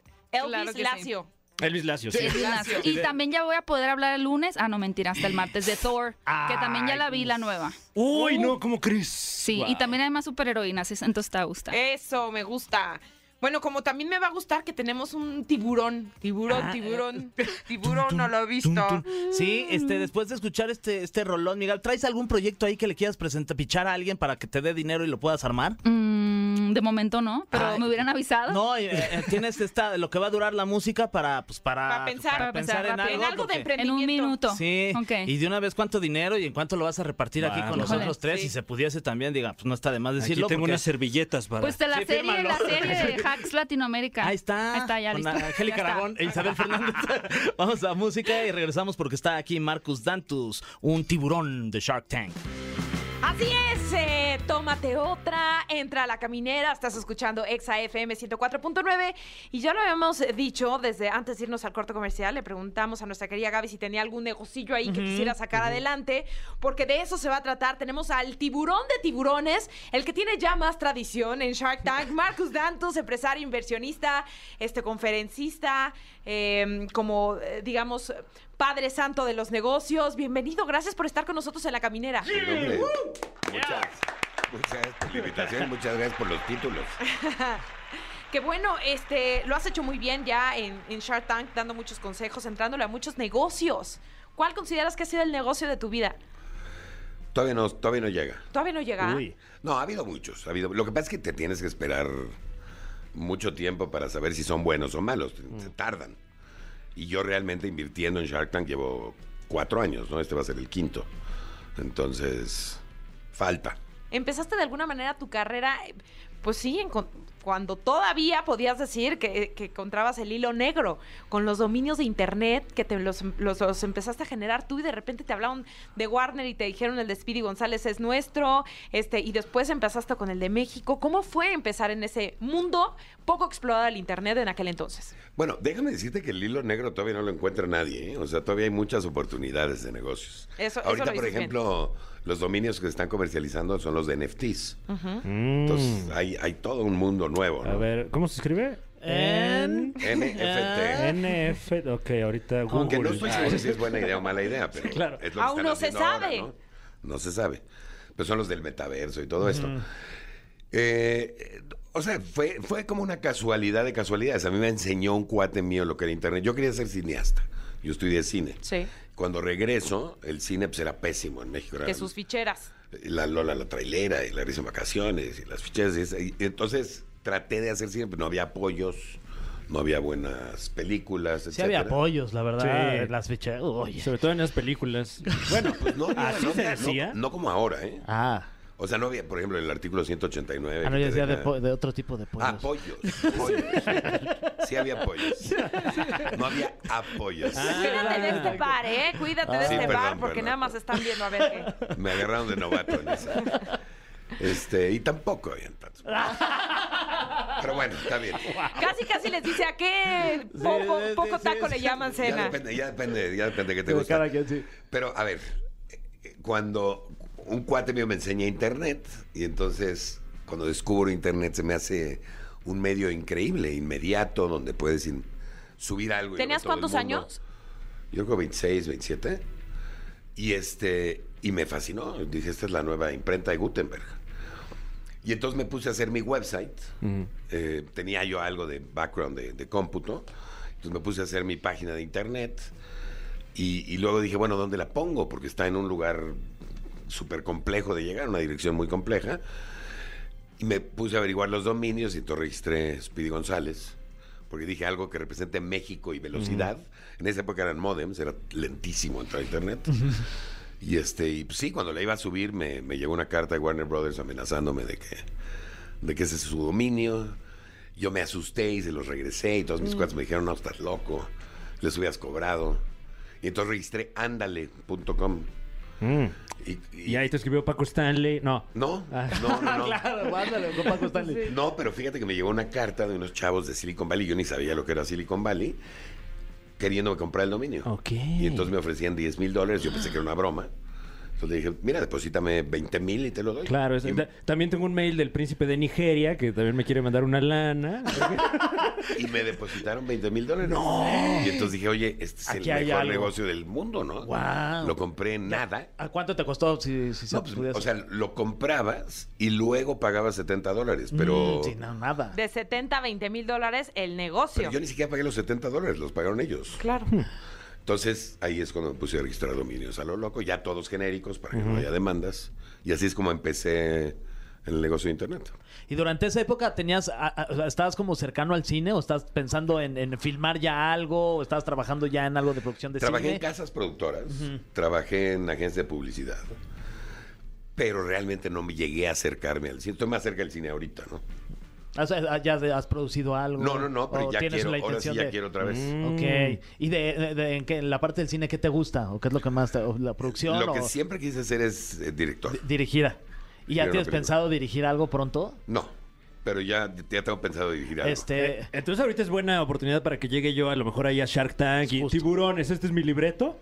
[SPEAKER 8] Elvis.
[SPEAKER 2] Elvis
[SPEAKER 8] Claro que sí.
[SPEAKER 2] Lacio.
[SPEAKER 9] Elvis Lacio, sí.
[SPEAKER 8] Es una- Y también ya voy a poder hablar el lunes. Ah, no, mentira, hasta el martes de Thor, que también ya la vi la nueva.
[SPEAKER 9] Uy, no, como Chris. Sí,
[SPEAKER 8] Sí, y también hay más superheroínas, es- entonces te gusta.
[SPEAKER 2] Eso, me gusta. Bueno, como también me va a gustar que tenemos un tiburón. Tiburón,
[SPEAKER 8] Ah,
[SPEAKER 2] tiburón.
[SPEAKER 8] eh,
[SPEAKER 2] Tiburón, no lo he visto.
[SPEAKER 5] Tum, tum. Sí, este, después de escuchar este, este rolón, Miguel, ¿traes algún proyecto ahí que le quieras presentar, pichar a alguien para que te dé dinero y lo puedas armar?
[SPEAKER 8] Mm, de momento no, pero
[SPEAKER 5] Ay.
[SPEAKER 8] me hubieran avisado.
[SPEAKER 5] No, eh, eh, tienes esta, lo que va a durar la música para, pues, para,
[SPEAKER 2] Para pensar,
[SPEAKER 5] para
[SPEAKER 8] para pensar
[SPEAKER 5] pensar en
[SPEAKER 8] rápido.
[SPEAKER 5] algo.
[SPEAKER 2] en algo de
[SPEAKER 5] porque-
[SPEAKER 8] en
[SPEAKER 2] emprendimiento.
[SPEAKER 8] un minuto.
[SPEAKER 5] Sí,
[SPEAKER 8] Ok.
[SPEAKER 5] y de una vez cuánto dinero y en cuánto lo vas a repartir aquí con
[SPEAKER 9] Vamos.
[SPEAKER 5] los otros tres.
[SPEAKER 2] Sí.
[SPEAKER 5] Si se pudiese también, diga, pues no está de más
[SPEAKER 9] Aquí
[SPEAKER 5] decirlo.
[SPEAKER 9] tengo
[SPEAKER 5] porque-
[SPEAKER 9] unas servilletas para.
[SPEAKER 8] Pues de la
[SPEAKER 5] Sí,
[SPEAKER 8] serie,
[SPEAKER 5] fírmalo.
[SPEAKER 8] la serie de Hacks Latinoamérica.
[SPEAKER 5] Ahí está.
[SPEAKER 8] Ahí está, ya
[SPEAKER 5] Con
[SPEAKER 8] listo.
[SPEAKER 5] Angélica
[SPEAKER 8] Ya está.
[SPEAKER 5] Aragón e Isabel Fernández. Vamos a música y regresamos porque está aquí Marcus Dantus, un tiburón de Shark Tank.
[SPEAKER 2] Así es, eh, tómate otra, entra a la caminera, estás escuchando Exa FM 104.9 y ya lo habíamos eh, dicho desde antes de irnos al corte comercial, le preguntamos a nuestra querida Gaby si tenía algún negocillo ahí que quisiera sacar adelante, porque de eso se va a tratar. Tenemos al tiburón de tiburones, el que tiene ya más tradición en Shark Tank, Marcus Dantus, empresario, inversionista, este conferencista, eh, como eh, digamos Padre Santo de los negocios. Bienvenido, gracias por estar con nosotros en la caminera.
[SPEAKER 10] El hombre. Muchas, muchas gracias por la invitación, muchas gracias por los títulos.
[SPEAKER 2] Que bueno, este, lo has hecho muy bien ya en, en Shark Tank, dando muchos consejos, entrándole a muchos negocios. ¿Cuál consideras que ha sido el negocio de tu vida?
[SPEAKER 10] Todavía no, todavía no llega.
[SPEAKER 2] Todavía no llega. ¿ah?
[SPEAKER 3] Uy.
[SPEAKER 10] No, ha habido muchos. Ha habido... Lo que pasa es que te tienes que esperar mucho tiempo para saber si son buenos o malos. te- Se tardan. Y yo realmente invirtiendo en Shark Tank llevo cuatro años, ¿no? Este va a ser el quinto. Entonces, falta.
[SPEAKER 2] Empezaste de alguna manera tu carrera, eh, pues sí, en con- cuando todavía podías decir que, que encontrabas el hilo negro con los dominios de internet que te los, los- los empezaste a generar tú y de repente te hablaron de Warner y te dijeron el de Speedy González es nuestro, este, y después empezaste con el de México. ¿Cómo fue empezar en ese mundo poco explorado del internet en aquel entonces?
[SPEAKER 10] Bueno, déjame decirte que el hilo negro todavía no lo encuentra nadie, ¿eh? O sea, todavía hay muchas oportunidades de negocios.
[SPEAKER 2] Eso- eso
[SPEAKER 10] Ahorita,
[SPEAKER 2] lo
[SPEAKER 10] por
[SPEAKER 2] dices bien.
[SPEAKER 10] ejemplo, los dominios que se están comercializando son los de NFTs. Entonces, hay, hay todo un mundo nuevo,
[SPEAKER 1] A
[SPEAKER 10] ¿no?
[SPEAKER 1] ver, ¿cómo se escribe?
[SPEAKER 4] En-
[SPEAKER 10] NFT.
[SPEAKER 1] NF. Ok, ahorita
[SPEAKER 10] Aunque
[SPEAKER 1] Google.
[SPEAKER 10] no estoy seguro si es buena idea o mala idea, pero
[SPEAKER 1] claro.
[SPEAKER 10] es lo que
[SPEAKER 2] Aún
[SPEAKER 10] están
[SPEAKER 2] no se
[SPEAKER 10] haciendo ahora,
[SPEAKER 2] sabe.
[SPEAKER 10] ¿no? No se sabe. Pero son los del metaverso y todo esto. Eh, eh, o sea, fue, fue como una casualidad de casualidades. A mí me enseñó un cuate mío lo que era internet. Yo quería ser cineasta. Yo estudié cine.
[SPEAKER 2] Sí.
[SPEAKER 10] Cuando regreso, el cine pues, era pésimo en México. Era
[SPEAKER 2] Que sus ficheras.
[SPEAKER 10] la Lola la trailera, y la risa en vacaciones, y las fichas. y esa- y entonces traté de hacer cine, pero no había apoyos, no había buenas películas,
[SPEAKER 4] Sí había
[SPEAKER 10] etcétera.
[SPEAKER 4] apoyos, la verdad.
[SPEAKER 3] Sí.
[SPEAKER 4] en Las fichas. Oye.
[SPEAKER 3] Sobre todo en las películas.
[SPEAKER 10] Bueno, pues no había,
[SPEAKER 3] ¿Así
[SPEAKER 10] no
[SPEAKER 3] se
[SPEAKER 10] había- no-
[SPEAKER 3] decía?
[SPEAKER 10] No, como ahora, ¿eh?
[SPEAKER 4] Ah.
[SPEAKER 10] O sea, no había, por ejemplo, en el artículo 189.
[SPEAKER 4] Ah, no,
[SPEAKER 10] que
[SPEAKER 4] yo
[SPEAKER 10] te
[SPEAKER 4] decía de,
[SPEAKER 10] deja-
[SPEAKER 4] po- de otro tipo de pollos.
[SPEAKER 10] Eh, Ah, pollos. pollos. Sí había apoyos. No había apoyos.
[SPEAKER 4] Ah.
[SPEAKER 2] Cuídate de este par, ¿eh? Cuídate de
[SPEAKER 10] Ah, Sí,
[SPEAKER 2] este
[SPEAKER 10] perdón,
[SPEAKER 2] par porque
[SPEAKER 10] perdón.
[SPEAKER 2] nada más están viendo a ver qué.
[SPEAKER 10] Me agarraron de novato en esa. Este, y tampoco habían tantos. Pero bueno, está bien.
[SPEAKER 2] Casi, casi les dice a qué poco,
[SPEAKER 5] sí,
[SPEAKER 2] poco
[SPEAKER 5] sí,
[SPEAKER 2] taco
[SPEAKER 5] sí.
[SPEAKER 2] le llaman
[SPEAKER 10] Ya
[SPEAKER 2] cena.
[SPEAKER 10] depende, ya depende, ya depende de qué te gusta. Pero, a ver, eh, cuando un cuate mío me enseña internet, y entonces cuando descubro internet se me hace un medio increíble, inmediato, donde puedes in- subir algo. y lo ve
[SPEAKER 2] ¿Tenías
[SPEAKER 10] todo el
[SPEAKER 2] cuántos
[SPEAKER 10] mundo.
[SPEAKER 2] años?
[SPEAKER 10] Yo creo 26, 27. Y este, y me fascinó. Dije, esta es la nueva imprenta de Gutenberg. Y entonces me puse a hacer mi website. Eh, tenía yo algo de background de, de cómputo. Entonces me puse a hacer mi página de internet. Y, y luego dije, bueno, ¿dónde la pongo? Porque está en un lugar súper complejo de llegar, una dirección muy compleja. Y me puse a averiguar los dominios y entonces registré Speedy González. Porque dije algo que represente México y velocidad. En esa época eran modems, era lentísimo entrar a internet. y este, y pues sí, cuando la iba a subir, me, me llegó una carta de Warner Brothers amenazándome de que, de que ese es su dominio. Yo me asusté y se los regresé. Y todos mis cuates me dijeron, no, estás loco. Les hubieras cobrado. Y entonces registré ándale.com. Y, y-
[SPEAKER 3] Y ahí te escribió Paco Stanley. No.
[SPEAKER 10] No, no, no, no.
[SPEAKER 4] Ah. Claro, ándale, con Paco Stanley.
[SPEAKER 10] No, pero fíjate que me llegó una carta de unos chavos de Silicon Valley, yo ni sabía lo que era Silicon Valley, queriéndome comprar el dominio.
[SPEAKER 4] Ok.
[SPEAKER 10] Y entonces me ofrecían 10 mil dólares, yo pensé que era una broma. Entonces le dije, mira, deposítame 20 mil y te lo doy.
[SPEAKER 3] Claro, es-
[SPEAKER 10] y,
[SPEAKER 3] ta- también tengo un mail del príncipe de Nigeria que también me quiere mandar una lana.
[SPEAKER 10] y me depositaron 20 mil dólares. Y entonces dije, oye, este es
[SPEAKER 4] Aquí hay
[SPEAKER 10] el mejor
[SPEAKER 4] algo.
[SPEAKER 10] negocio del mundo, ¿no?
[SPEAKER 4] Wow.
[SPEAKER 10] Lo compré en nada.
[SPEAKER 4] ¿A cuánto te costó si, si se
[SPEAKER 10] No, pues,
[SPEAKER 4] pudiese-
[SPEAKER 10] o sea, lo comprabas y luego pagabas 70 dólares, pero...
[SPEAKER 4] Mm, sí, no, nada.
[SPEAKER 2] De 70 a 20 mil dólares el negocio.
[SPEAKER 10] Pero yo ni siquiera pagué los 70 dólares, los pagaron ellos.
[SPEAKER 2] Claro.
[SPEAKER 10] Entonces, ahí es cuando me puse a registrar dominios a lo loco, ya todos genéricos para que no haya demandas. Y así es como empecé en el negocio de Internet.
[SPEAKER 4] ¿Y durante esa época tenías, a- a- o sea, estabas como cercano al cine o estás pensando en, en filmar ya algo o estabas trabajando ya en algo de producción de
[SPEAKER 10] Trabajé
[SPEAKER 4] cine?
[SPEAKER 10] en casas productoras, trabajé en agencias de publicidad, pero realmente no me llegué a acercarme al cine. Estoy más cerca del cine ahorita, ¿no?
[SPEAKER 4] O sea, ¿Ya has producido algo?
[SPEAKER 10] No, no, no, pero
[SPEAKER 4] ¿O
[SPEAKER 10] ya
[SPEAKER 4] tienes
[SPEAKER 10] quiero,
[SPEAKER 4] la
[SPEAKER 10] ahora sí
[SPEAKER 4] intención
[SPEAKER 10] ya
[SPEAKER 4] de- Mm,
[SPEAKER 10] quiero otra vez.
[SPEAKER 4] Ok. ¿Y de, de- de- en, qué- en la parte del cine qué te gusta? ¿O qué es lo que más te, o la producción
[SPEAKER 10] Lo
[SPEAKER 4] o
[SPEAKER 10] que siempre quise hacer es eh, director.
[SPEAKER 4] di- dirigida? ¿Y
[SPEAKER 10] Quiero
[SPEAKER 4] ya
[SPEAKER 10] una
[SPEAKER 4] tienes
[SPEAKER 10] película.
[SPEAKER 4] pensado dirigir algo pronto?
[SPEAKER 10] No, pero ya, ya tengo pensado dirigir algo.
[SPEAKER 4] Este,
[SPEAKER 3] Entonces ahorita es buena oportunidad para que llegue yo a lo mejor ahí a Shark Tank y
[SPEAKER 4] Justo.
[SPEAKER 3] tiburones. Este es mi libreto.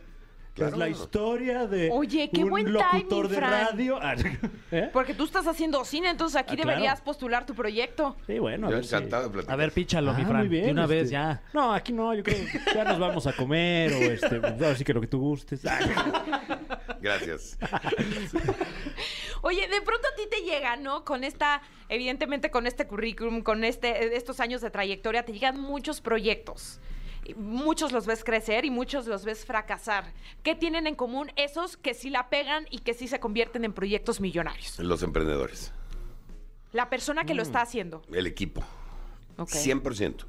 [SPEAKER 3] que Es
[SPEAKER 10] Claro.
[SPEAKER 3] la historia de
[SPEAKER 2] Oye, qué
[SPEAKER 3] un
[SPEAKER 2] buen
[SPEAKER 3] locutor
[SPEAKER 2] timing,
[SPEAKER 3] de
[SPEAKER 2] Fran.
[SPEAKER 3] radio. Ah, ¿eh?
[SPEAKER 2] Porque tú estás haciendo cine, entonces aquí
[SPEAKER 3] Ah, claro.
[SPEAKER 2] deberías postular tu proyecto.
[SPEAKER 3] Sí, bueno. a
[SPEAKER 10] Yo
[SPEAKER 3] ver si-
[SPEAKER 10] encantado de platicar.
[SPEAKER 4] a ver, píchalo,
[SPEAKER 3] Ah,
[SPEAKER 4] mi Fran.
[SPEAKER 3] muy bien,
[SPEAKER 4] de una vez
[SPEAKER 3] este.
[SPEAKER 4] ya.
[SPEAKER 3] No, aquí no, yo creo que ya nos vamos a comer o este, así que lo que tú gustes.
[SPEAKER 10] Gracias.
[SPEAKER 2] Oye, de pronto a ti te llega, ¿no? Con esta, evidentemente con este currículum, con este, estos años de trayectoria, te llegan muchos proyectos. Y Muchos los ves crecer y muchos los ves fracasar. ¿Qué tienen en común esos que sí la pegan y que sí se convierten en proyectos millonarios?
[SPEAKER 10] Los emprendedores,
[SPEAKER 2] La persona
[SPEAKER 5] Mm.
[SPEAKER 2] que lo está haciendo.
[SPEAKER 10] el equipo.
[SPEAKER 2] Ok.
[SPEAKER 10] 100%.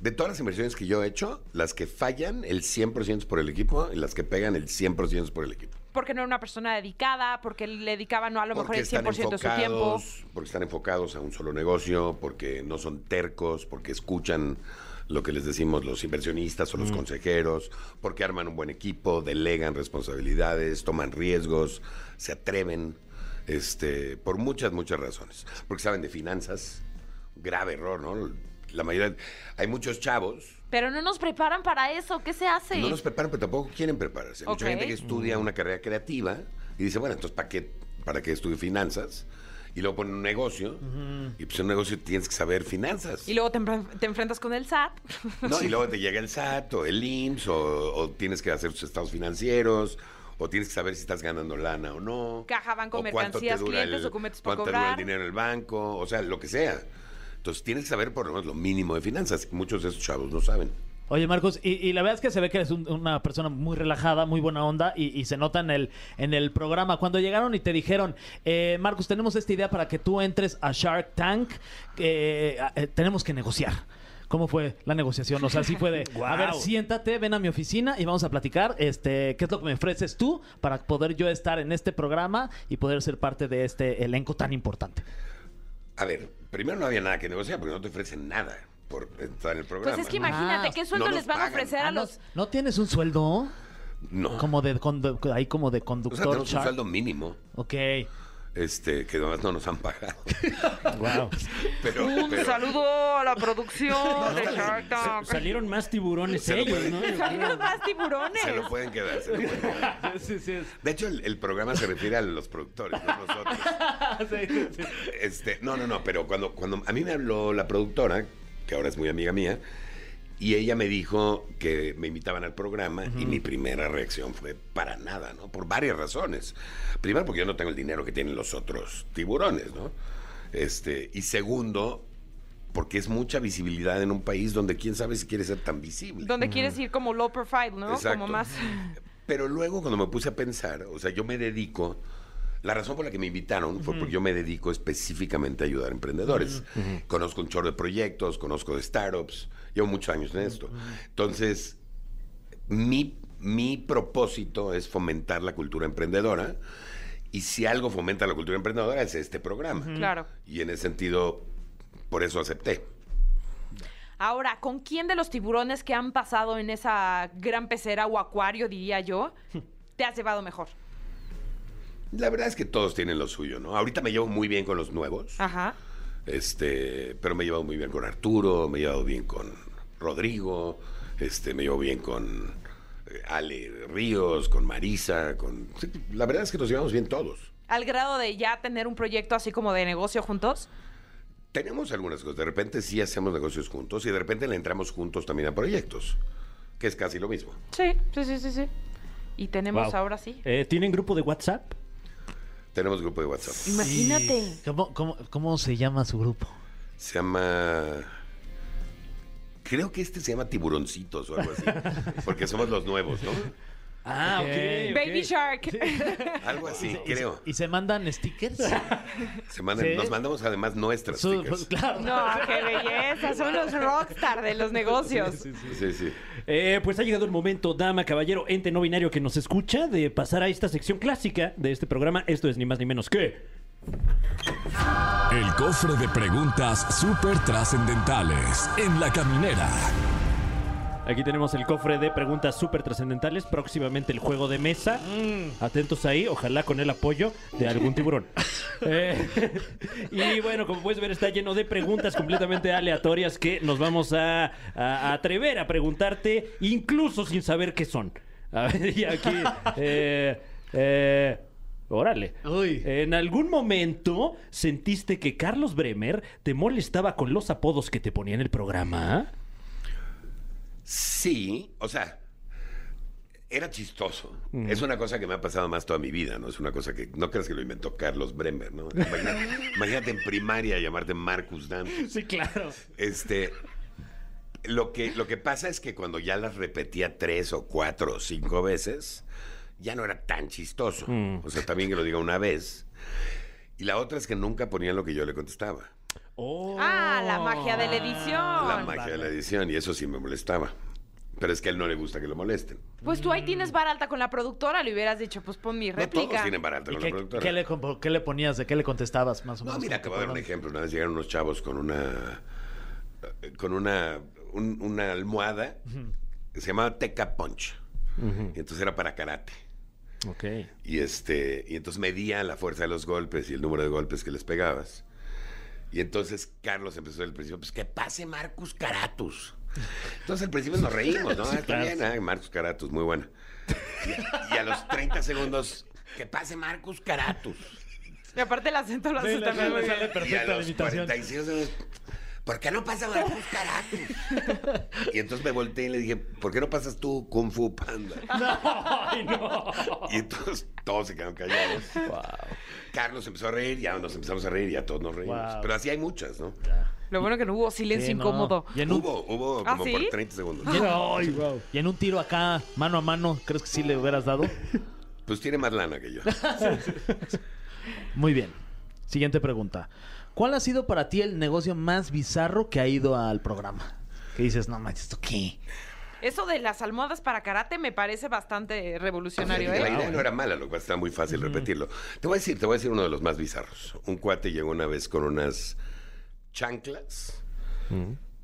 [SPEAKER 10] De todas las inversiones que yo he hecho, las que fallan, el 100% es por el equipo y las que pegan, el 100% es por el equipo.
[SPEAKER 2] Porque no era una persona dedicada, porque le dedicaba no a lo mejor el 100% de su tiempo.
[SPEAKER 10] enfocados, porque están enfocados a un solo negocio, porque no son tercos, porque escuchan lo que les decimos los inversionistas o los consejeros, porque arman un buen equipo, delegan responsabilidades, toman riesgos, se atreven, este, por muchas, muchas razones. Porque saben de finanzas, grave error, ¿no? La mayoría, hay muchos chavos
[SPEAKER 2] Pero no nos preparan para eso. ¿Qué se hace?
[SPEAKER 10] No los preparan, pero tampoco quieren prepararse. Hay Mucha
[SPEAKER 2] Ok.
[SPEAKER 10] gente que estudia una carrera creativa y dice, bueno, entonces, ¿para qué, para qué estudio finanzas? Y luego ponen un negocio. Y pues en un negocio tienes que saber finanzas.
[SPEAKER 2] Y luego te, enfren- te enfrentas con el SAT.
[SPEAKER 10] No, y luego te llega el SAT o el IMSS o, o tienes que hacer tus estados financieros. O tienes que saber si estás ganando lana o no.
[SPEAKER 2] Caja, banco,
[SPEAKER 10] o cuánto te
[SPEAKER 2] mercancías,
[SPEAKER 10] dura
[SPEAKER 2] clientes,
[SPEAKER 10] el-
[SPEAKER 2] documentos por
[SPEAKER 10] Cuánto te dura el
[SPEAKER 2] cobrar.
[SPEAKER 10] dinero en el banco, o sea, lo que sea. Entonces tienes que saber por lo menos lo mínimo de finanzas. Muchos de esos chavos no saben.
[SPEAKER 4] Oye, Marcos, y, y la verdad es que se ve que eres un- una persona muy relajada, muy buena onda, y, y se nota en el, en el programa. Cuando llegaron y te dijeron, eh, Marcos, tenemos esta idea para que tú entres a Shark Tank, eh, eh, tenemos que negociar. cómo fue la negociación. O sea, sí fue de, a ver,
[SPEAKER 3] Guau.
[SPEAKER 4] siéntate, ven a mi oficina y vamos a platicar este, qué es lo que me ofreces tú para poder yo estar en este programa y poder ser parte de este elenco tan importante.
[SPEAKER 10] A ver, primero no había nada que negociar porque no te ofrecen nada por estar en el programa.
[SPEAKER 2] Pues es que imagínate,
[SPEAKER 4] Ah,
[SPEAKER 2] ¿qué sueldo
[SPEAKER 10] no nos
[SPEAKER 2] les van a
[SPEAKER 10] pagan.
[SPEAKER 2] ofrecer a
[SPEAKER 4] Ah, ¿no-
[SPEAKER 2] los...?
[SPEAKER 4] ¿No tienes un sueldo?
[SPEAKER 10] No.
[SPEAKER 4] Como de, condu- ahí como de
[SPEAKER 10] Ah. O sea,
[SPEAKER 4] conductor
[SPEAKER 10] tenemos un
[SPEAKER 4] char-
[SPEAKER 10] saldo mínimo,
[SPEAKER 4] Ok.
[SPEAKER 10] este, que además no nos han pagado.
[SPEAKER 4] Wow.
[SPEAKER 10] Pero,
[SPEAKER 2] Un
[SPEAKER 10] pero-
[SPEAKER 2] saludo a la producción de
[SPEAKER 10] está bien.
[SPEAKER 2] Shark Tank.
[SPEAKER 3] Salieron más tiburones
[SPEAKER 10] Se lo
[SPEAKER 3] ellos,
[SPEAKER 10] pueden-
[SPEAKER 3] ¿no?
[SPEAKER 2] Salieron más tiburones.
[SPEAKER 10] Se lo pueden quedar, se lo pueden quedar. De hecho, el, el programa se refiere a los productores, no a nosotros.
[SPEAKER 3] Ah,
[SPEAKER 10] Este, no, no, no, pero cuando, cuando a mí me habló la productora, que ahora es muy amiga mía, y ella me dijo que me invitaban al programa y mi primera reacción fue para nada, ¿no? Por varias razones. Primero, porque yo no tengo el dinero que tienen los otros tiburones, ¿no? Este, y segundo, porque es mucha visibilidad en un país donde quién sabe si quiere ser tan visible.
[SPEAKER 2] Donde quieres ir como low profile, ¿no?
[SPEAKER 10] Exacto.
[SPEAKER 2] Como más...
[SPEAKER 10] Pero luego cuando me puse a pensar, o sea, yo me dedico, la razón por la que me invitaron fue porque yo me dedico específicamente a ayudar a emprendedores. Conozco un chorro de proyectos, conozco de startups, llevo muchos años en esto. Entonces, mi, mi propósito es fomentar la cultura emprendedora y si algo fomenta la cultura emprendedora es este programa.
[SPEAKER 2] Claro.
[SPEAKER 10] Y en ese sentido, por eso acepté.
[SPEAKER 2] Ahora, ¿con quién de los tiburones que han pasado en esa gran pecera o acuario, diría yo, te has llevado mejor?
[SPEAKER 10] La verdad es que todos tienen lo suyo, ¿no? Ahorita me llevo muy bien con los nuevos.
[SPEAKER 2] Ajá.
[SPEAKER 10] Este, pero me he llevado muy bien con Arturo, me he llevado bien con Rodrigo, este, me llevo bien con eh, Ale Ríos, con Marisa, con. sí, La verdad es que nos llevamos bien todos.
[SPEAKER 2] Al grado de ya tener un proyecto así como de negocio juntos.
[SPEAKER 10] Tenemos algunas cosas. De repente sí hacemos negocios juntos y de repente le entramos juntos también a proyectos, que es casi lo mismo.
[SPEAKER 2] Sí, sí, sí, sí, sí. Y tenemos
[SPEAKER 3] Wow.
[SPEAKER 2] ahora sí.
[SPEAKER 3] Eh, ¿Tienen grupo de WhatsApp?
[SPEAKER 10] Tenemos grupo de WhatsApp.
[SPEAKER 2] Imagínate.
[SPEAKER 4] ¿Cómo, cómo, cómo se llama su grupo?
[SPEAKER 10] Se llama. Creo que este se llama Tiburoncitos o algo así. Porque somos los nuevos, ¿no?
[SPEAKER 4] Ah,
[SPEAKER 3] ok.
[SPEAKER 2] Baby Shark.
[SPEAKER 10] Algo así,
[SPEAKER 4] ¿Y,
[SPEAKER 10] creo.
[SPEAKER 4] y se mandan stickers?
[SPEAKER 10] Se mandan-
[SPEAKER 4] Sí.
[SPEAKER 10] Nos mandamos además nuestras
[SPEAKER 4] Su- pues,
[SPEAKER 10] stickers.
[SPEAKER 4] claro.
[SPEAKER 2] No, qué belleza. Son los rockstar de los negocios.
[SPEAKER 10] Sí, sí.
[SPEAKER 3] Eh, pues ha llegado el momento, dama, caballero, ente no binario que nos escucha, de pasar a esta sección clásica de este programa. Esto es ni más ni menos que.
[SPEAKER 1] El cofre de preguntas súper trascendentales en la caminera.
[SPEAKER 3] Aquí tenemos el cofre de preguntas súper trascendentales. Próximamente el juego de mesa. Atentos ahí, ojalá con el apoyo de algún tiburón. Eh, y bueno, como puedes ver, está lleno de preguntas completamente aleatorias que nos vamos a, a- a atrever a preguntarte, incluso sin saber qué son. A ver, y aquí. eh, eh, Órale.
[SPEAKER 4] Uy.
[SPEAKER 3] ¿En algún momento sentiste que Carlos Bremer te molestaba con los apodos que te ponía en el programa?
[SPEAKER 10] Sí, o sea, era chistoso. Es una cosa que me ha pasado más toda mi vida, ¿no? Es una cosa que no creas que lo inventó Carlos Bremer, ¿no? Imagínate, imagínate en primaria llamarte Marcus Dan.
[SPEAKER 3] Sí, claro.
[SPEAKER 10] Este, lo que, lo que pasa es que cuando ya las repetía tres o cuatro o cinco veces, ya no era tan chistoso. O sea, también que lo diga una vez. Y la otra es que nunca ponían lo que yo le contestaba.
[SPEAKER 2] Ah, la magia de la edición.
[SPEAKER 10] Oh. La magia de la edición, y eso sí me molestaba. Pero es que a él no le gusta que lo molesten.
[SPEAKER 2] Pues tú ahí tienes baralta con la productora, le hubieras dicho, pues pon mi
[SPEAKER 10] No todos
[SPEAKER 2] réplica.
[SPEAKER 10] tienen barato
[SPEAKER 4] ¿Y
[SPEAKER 10] con la
[SPEAKER 4] qué,
[SPEAKER 10] productora.
[SPEAKER 4] qué le, compo- qué le ponías? ¿De qué le contestabas más o menos?
[SPEAKER 10] No, mira, te voy a dar un ejemplo. Una vez llegaron unos chavos con una. eh, con una. un- una almohada que se llamaba Teca Punch. Y entonces era para karate.
[SPEAKER 3] Ok.
[SPEAKER 10] Y este. Y entonces medía la fuerza de los golpes y el número de golpes que les pegabas. Y entonces Carlos empezó el principio, pues que pase Marcus Caratus. Entonces al principio nos reímos, ¿no? Ah, está bien, ah, Marcus Caratus, muy buena. Y, y a los 30 segundos, que pase Marcus Caratus.
[SPEAKER 2] Y aparte el acento lo hace
[SPEAKER 4] Sí, la-
[SPEAKER 2] también
[SPEAKER 4] la-
[SPEAKER 2] muy
[SPEAKER 4] la-
[SPEAKER 2] bien.
[SPEAKER 4] la- perfecta
[SPEAKER 10] y a los
[SPEAKER 4] limitación.
[SPEAKER 10] 46 años, ¿Por qué no pasa Marcus Caratus? Y entonces me volteé y le dije, ¿por qué no pasas tú Kung Fu Panda?
[SPEAKER 3] ¡Ay, no!
[SPEAKER 10] Y entonces todos se quedaron callados. Carlos empezó a reír, ya nos empezamos a reír, ya todos nos reímos.
[SPEAKER 4] Wow.
[SPEAKER 10] Pero así hay muchas, ¿no?
[SPEAKER 2] Lo bueno que no hubo silencio
[SPEAKER 4] Sí, no.
[SPEAKER 2] incómodo.
[SPEAKER 4] Y en un,
[SPEAKER 10] Hubo, hubo
[SPEAKER 2] ¿Ah,
[SPEAKER 10] como
[SPEAKER 2] sí?
[SPEAKER 10] por 30 segundos.
[SPEAKER 4] Ay, y en un tiro acá, mano a mano, ¿crees que sí le hubieras dado?
[SPEAKER 10] Pues tiene más lana que yo.
[SPEAKER 4] Muy bien. Siguiente pregunta. ¿Cuál ha sido para ti el negocio más bizarro que ha ido al programa?
[SPEAKER 5] Que dices, no manches, ¿esto qué?
[SPEAKER 2] Eso de las almohadas para karate me parece bastante revolucionario,
[SPEAKER 10] La
[SPEAKER 2] ¿eh?
[SPEAKER 10] idea no era mala, lo que pasa es que está muy fácil repetirlo. Te voy a decir, te voy a decir uno de los más bizarros. Un cuate llegó una vez con unas chanclas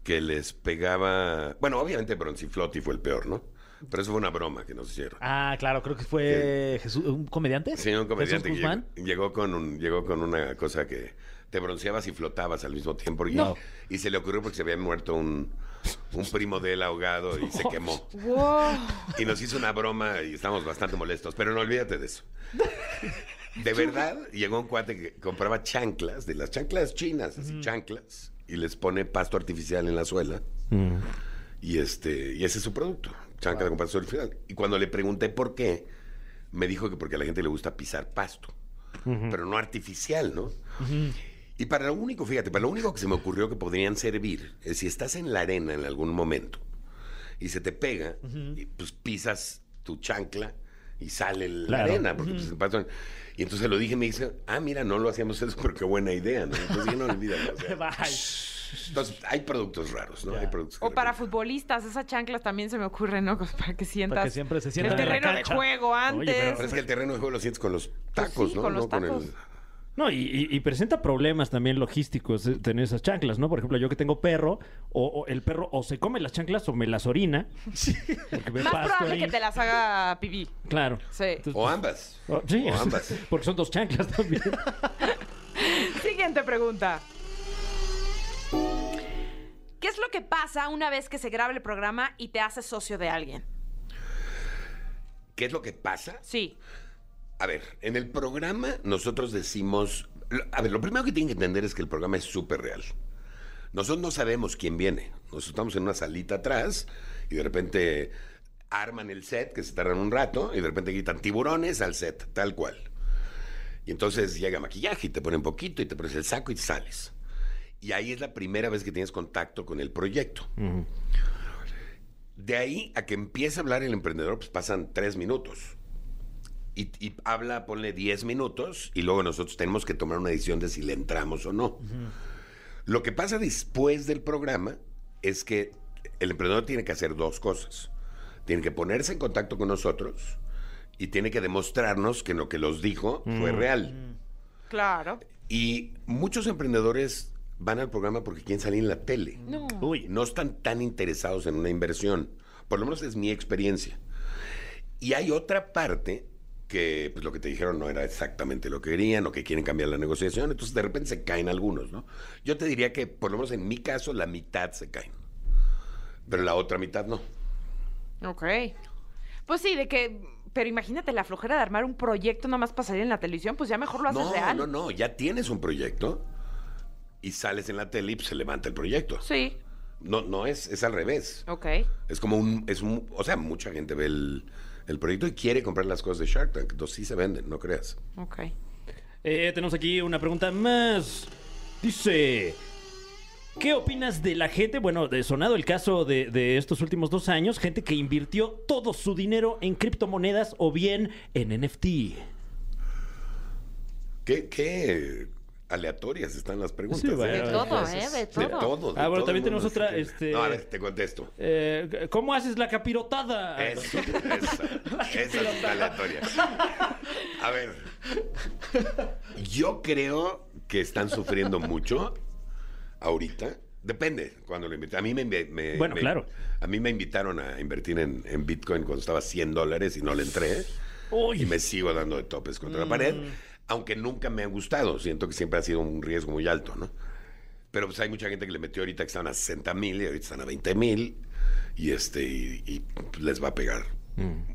[SPEAKER 10] que les pegaba. Bueno, obviamente Bronciflotti fue el peor, ¿no? Pero eso fue una broma que nos hicieron.
[SPEAKER 5] Ah, claro, creo que fue Jesús, un comediante.
[SPEAKER 10] Sí, un comediante que
[SPEAKER 5] Jesús Guzmán.
[SPEAKER 10] llegó, llegó con un, llegó con una cosa que te bronceabas y flotabas al mismo tiempo. Y, y se le ocurrió porque se había muerto un, un primo de él ahogado y se quemó.
[SPEAKER 2] Wow.
[SPEAKER 10] Y nos hizo una broma y estábamos bastante molestos. Pero no olvídate de eso. De verdad, llegó un cuate que compraba chanclas, de las chanclas chinas, así chanclas, y les pone pasto artificial en la suela. Mm. Y este, y ese es su producto, chancla con pasto artificial. Y cuando le pregunté por qué, me dijo que porque a la gente le gusta pisar pasto, pero no artificial, ¿no? Y para lo único, fíjate, para lo único que se me ocurrió que podrían servir es si estás en la arena en algún momento y se te pega, y, pues pisas tu chancla y sale la
[SPEAKER 5] Claro.
[SPEAKER 10] arena. Porque, pues, el pasto- y entonces lo dije y me dice, ah, mira, no lo hacíamos eso porque buena idea, ¿no? Entonces dije, no olvídalo. o sea. pues, entonces, hay productos raros, ¿no? Hay productos que
[SPEAKER 2] O
[SPEAKER 10] de
[SPEAKER 2] para
[SPEAKER 10] repente-
[SPEAKER 2] futbolistas, esas chanclas también se me ocurren, ¿no? Pues Para que sientas
[SPEAKER 5] Para que siempre se sientan
[SPEAKER 2] el
[SPEAKER 5] en la
[SPEAKER 2] terreno de
[SPEAKER 5] cancha.
[SPEAKER 2] juego antes.
[SPEAKER 10] Pero es que el terreno de juego lo sientes con los tacos,
[SPEAKER 2] Pues sí,
[SPEAKER 10] ¿no?
[SPEAKER 2] con los
[SPEAKER 10] No
[SPEAKER 2] tacos.
[SPEAKER 3] No, y, y- y presenta problemas también logísticos eh, tener esas chanclas, ¿no? Por ejemplo, yo que tengo perro, o, o el perro o se come las chanclas o me las orina. Porque ve
[SPEAKER 2] Más
[SPEAKER 3] pasto
[SPEAKER 2] probable
[SPEAKER 3] ahí.
[SPEAKER 2] que te las haga pipí.
[SPEAKER 3] Claro.
[SPEAKER 2] Sí.
[SPEAKER 10] O ambas.
[SPEAKER 3] O- Oh, sí,
[SPEAKER 10] O ambas.
[SPEAKER 3] porque son dos chanclas también.
[SPEAKER 2] Siguiente pregunta. ¿Qué es lo que pasa una vez que se graba el programa y te haces socio de alguien?
[SPEAKER 10] ¿Qué es lo que pasa?
[SPEAKER 2] Sí.
[SPEAKER 10] A ver, en el programa nosotros decimos. lo- A ver, lo primero que tienen que entender es que el programa es súper real. Nosotros no sabemos quién viene. Nosotros estamos en una salita atrás y de repente arman el set, que se tardan un rato, y de repente gritan tiburones al set, tal cual. Y entonces llega maquillaje y te ponen poquito y te pones el saco y sales. Y ahí es la primera vez que tienes contacto con el proyecto. De ahí a que empiece a hablar el emprendedor, pues pasan tres minutos y, y habla, ponle 10 minutos y luego nosotros tenemos que tomar una decisión de si le entramos o no. Lo que pasa después del programa es que el emprendedor tiene que hacer dos cosas. Tiene que ponerse en contacto con nosotros y tiene que demostrarnos que lo que los dijo fue real.
[SPEAKER 2] Claro.
[SPEAKER 10] Y muchos emprendedores van al programa porque quieren salir en la tele.
[SPEAKER 2] No.
[SPEAKER 10] Uy, no están tan interesados en una inversión. Por lo menos es mi experiencia. Y hay otra parte que pues, lo que te dijeron no era exactamente lo que querían o que quieren cambiar la negociación. Entonces de repente se caen algunos, ¿no? Yo te diría que por lo menos en mi caso la mitad se caen. Pero la otra mitad no.
[SPEAKER 2] Ok. Pues sí, de que. Pero imagínate la flojera de armar un proyecto nomás para salir en la televisión, pues ya mejor lo haces
[SPEAKER 10] No,
[SPEAKER 2] real.
[SPEAKER 10] no, no. Ya tienes un proyecto y sales en la tele y pues, se levanta el proyecto.
[SPEAKER 2] Sí.
[SPEAKER 10] No, no es, es al revés.
[SPEAKER 2] Ok.
[SPEAKER 10] Es como un, es un, o sea, mucha gente ve el, el proyecto y quiere comprar las cosas de Shark Tank. Entonces sí se venden, no creas.
[SPEAKER 2] Ok.
[SPEAKER 3] Eh, tenemos aquí una pregunta más. Dice. ¿Qué opinas de la gente? Bueno, de sonado el caso de, de estos últimos dos años, gente que invirtió todo su dinero en criptomonedas o bien en NFT.
[SPEAKER 10] ¿Qué, qué aleatorias están las preguntas?
[SPEAKER 3] Sí,
[SPEAKER 2] De
[SPEAKER 3] bueno,
[SPEAKER 2] todo,
[SPEAKER 3] entonces,
[SPEAKER 2] ¿eh? De
[SPEAKER 10] De
[SPEAKER 2] todo.
[SPEAKER 10] todo. de
[SPEAKER 3] Ah, bueno,
[SPEAKER 10] todo
[SPEAKER 3] también
[SPEAKER 10] el mundo
[SPEAKER 3] tenemos otra,
[SPEAKER 10] se
[SPEAKER 3] este-
[SPEAKER 10] entiende. No, a ver, te contesto.
[SPEAKER 3] Eh, ¿Cómo haces la capirotada?
[SPEAKER 10] Esa, esa, esa sí está aleatoria. A ver, yo creo que están sufriendo mucho ahorita. Depende cuando lo invité. A mí me, invi- me-
[SPEAKER 3] Bueno,
[SPEAKER 10] me-
[SPEAKER 3] claro.
[SPEAKER 10] A mí me invitaron a invertir en, en Bitcoin cuando estaba 100 dólares y no le entré. Y me sigo dando de topes contra la pared.
[SPEAKER 3] Mm.
[SPEAKER 10] Aunque nunca me ha gustado. Siento que siempre ha sido un riesgo muy alto, ¿no? Pero pues hay mucha gente que le metió ahorita que están a 60 mil y ahorita están a 20 mil. Y este, y, y les va a pegar.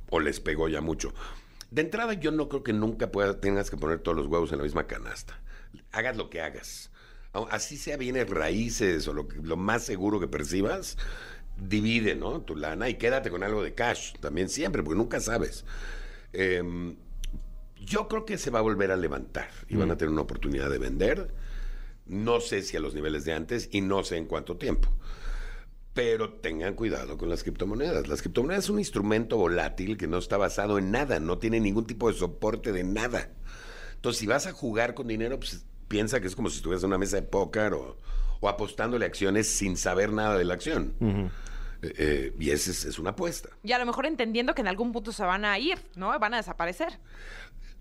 [SPEAKER 10] O les pegó ya mucho. De entrada, yo no creo que nunca pueda- tengas que poner todos los huevos en la misma canasta. Hagas lo que hagas. A- Así sea bienes raíces o lo, que- lo más seguro que percibas, divide, ¿no? Tu lana y quédate con algo de cash también siempre, porque nunca sabes. Em, yo creo que se va a volver a levantar y van a tener una oportunidad de vender. No sé si a los niveles de antes y no sé en cuánto tiempo. Pero tengan cuidado con las criptomonedas. Las criptomonedas es un instrumento volátil que no está basado en nada, no tiene ningún tipo de soporte de nada. Entonces, si vas a jugar con dinero, pues piensa que es como si estuvieras en una mesa de póker o, o apostándole a acciones sin saber nada de la acción. Eh, eh, y esa es, es una apuesta.
[SPEAKER 2] Y a lo mejor entendiendo que en algún punto se van a ir, ¿no? Van a desaparecer.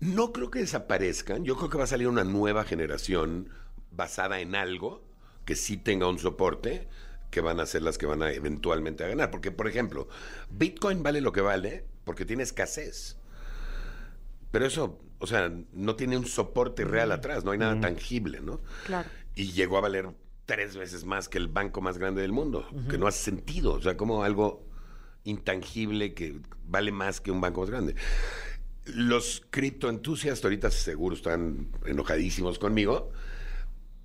[SPEAKER 10] No creo que desaparezcan. Yo creo que va a salir una nueva generación basada en algo que sí tenga un soporte, que van a ser las que van a eventualmente a ganar. Porque, por ejemplo, Bitcoin vale lo que vale porque tiene escasez. Pero eso, o sea, no tiene un soporte real atrás, no hay nada tangible, ¿no?
[SPEAKER 2] Claro.
[SPEAKER 10] Y llegó a valer tres veces más que el banco más grande del mundo, que no hace sentido. O sea, como algo intangible que vale más que un banco más grande. Los criptoentusiastas ahorita seguro están enojadísimos conmigo,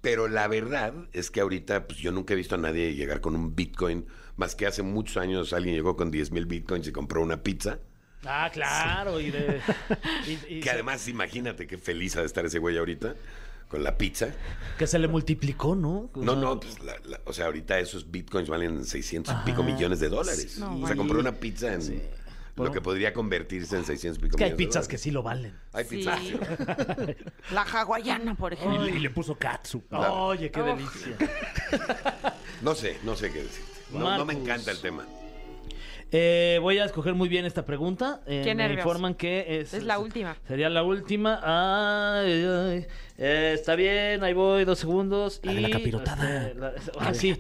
[SPEAKER 10] pero la verdad es que ahorita pues, yo nunca he visto a nadie llegar con un Bitcoin, más que hace muchos años alguien llegó con 10 mil Bitcoins y compró una pizza.
[SPEAKER 4] Ah, claro. Y de, y- y
[SPEAKER 10] Que
[SPEAKER 4] se-
[SPEAKER 10] además, imagínate qué feliz ha de estar ese güey ahorita con la pizza.
[SPEAKER 4] que se le multiplicó, ¿no? O
[SPEAKER 10] No,
[SPEAKER 4] sea,
[SPEAKER 10] no, pues, la- la- o sea, ahorita esos bitcoins valen 600 y pico
[SPEAKER 4] Ajá.
[SPEAKER 10] millones de dólares.
[SPEAKER 2] No,
[SPEAKER 10] o sea,
[SPEAKER 2] bueno.
[SPEAKER 10] compró una pizza en
[SPEAKER 4] Por
[SPEAKER 10] lo
[SPEAKER 4] un- Ah.
[SPEAKER 10] que podría convertirse en 600 y pico
[SPEAKER 4] Es que hay
[SPEAKER 10] millones de
[SPEAKER 4] pizzas
[SPEAKER 10] dólares.
[SPEAKER 4] que sí lo valen.
[SPEAKER 10] Hay pizzas.
[SPEAKER 2] Sí.
[SPEAKER 10] sí.
[SPEAKER 2] La hawaiana, por
[SPEAKER 3] Y,
[SPEAKER 2] ejemplo.
[SPEAKER 3] le- y le puso katsu.
[SPEAKER 10] Claro.
[SPEAKER 4] Oye, qué
[SPEAKER 2] Uf.
[SPEAKER 4] delicia.
[SPEAKER 10] No sé, no sé qué decirte. No, no me
[SPEAKER 4] Marcus.
[SPEAKER 10] encanta el tema.
[SPEAKER 4] Eh, voy a escoger muy bien esta pregunta. Eh,
[SPEAKER 2] Qué
[SPEAKER 4] me
[SPEAKER 2] nervios.
[SPEAKER 4] informan que es,
[SPEAKER 2] Es la última.
[SPEAKER 4] Sería la última. Ay, ay. Eh, está bien, ahí voy, dos segundos.
[SPEAKER 5] La
[SPEAKER 4] y,
[SPEAKER 5] de la capirotada.
[SPEAKER 4] este, la- ah, sí.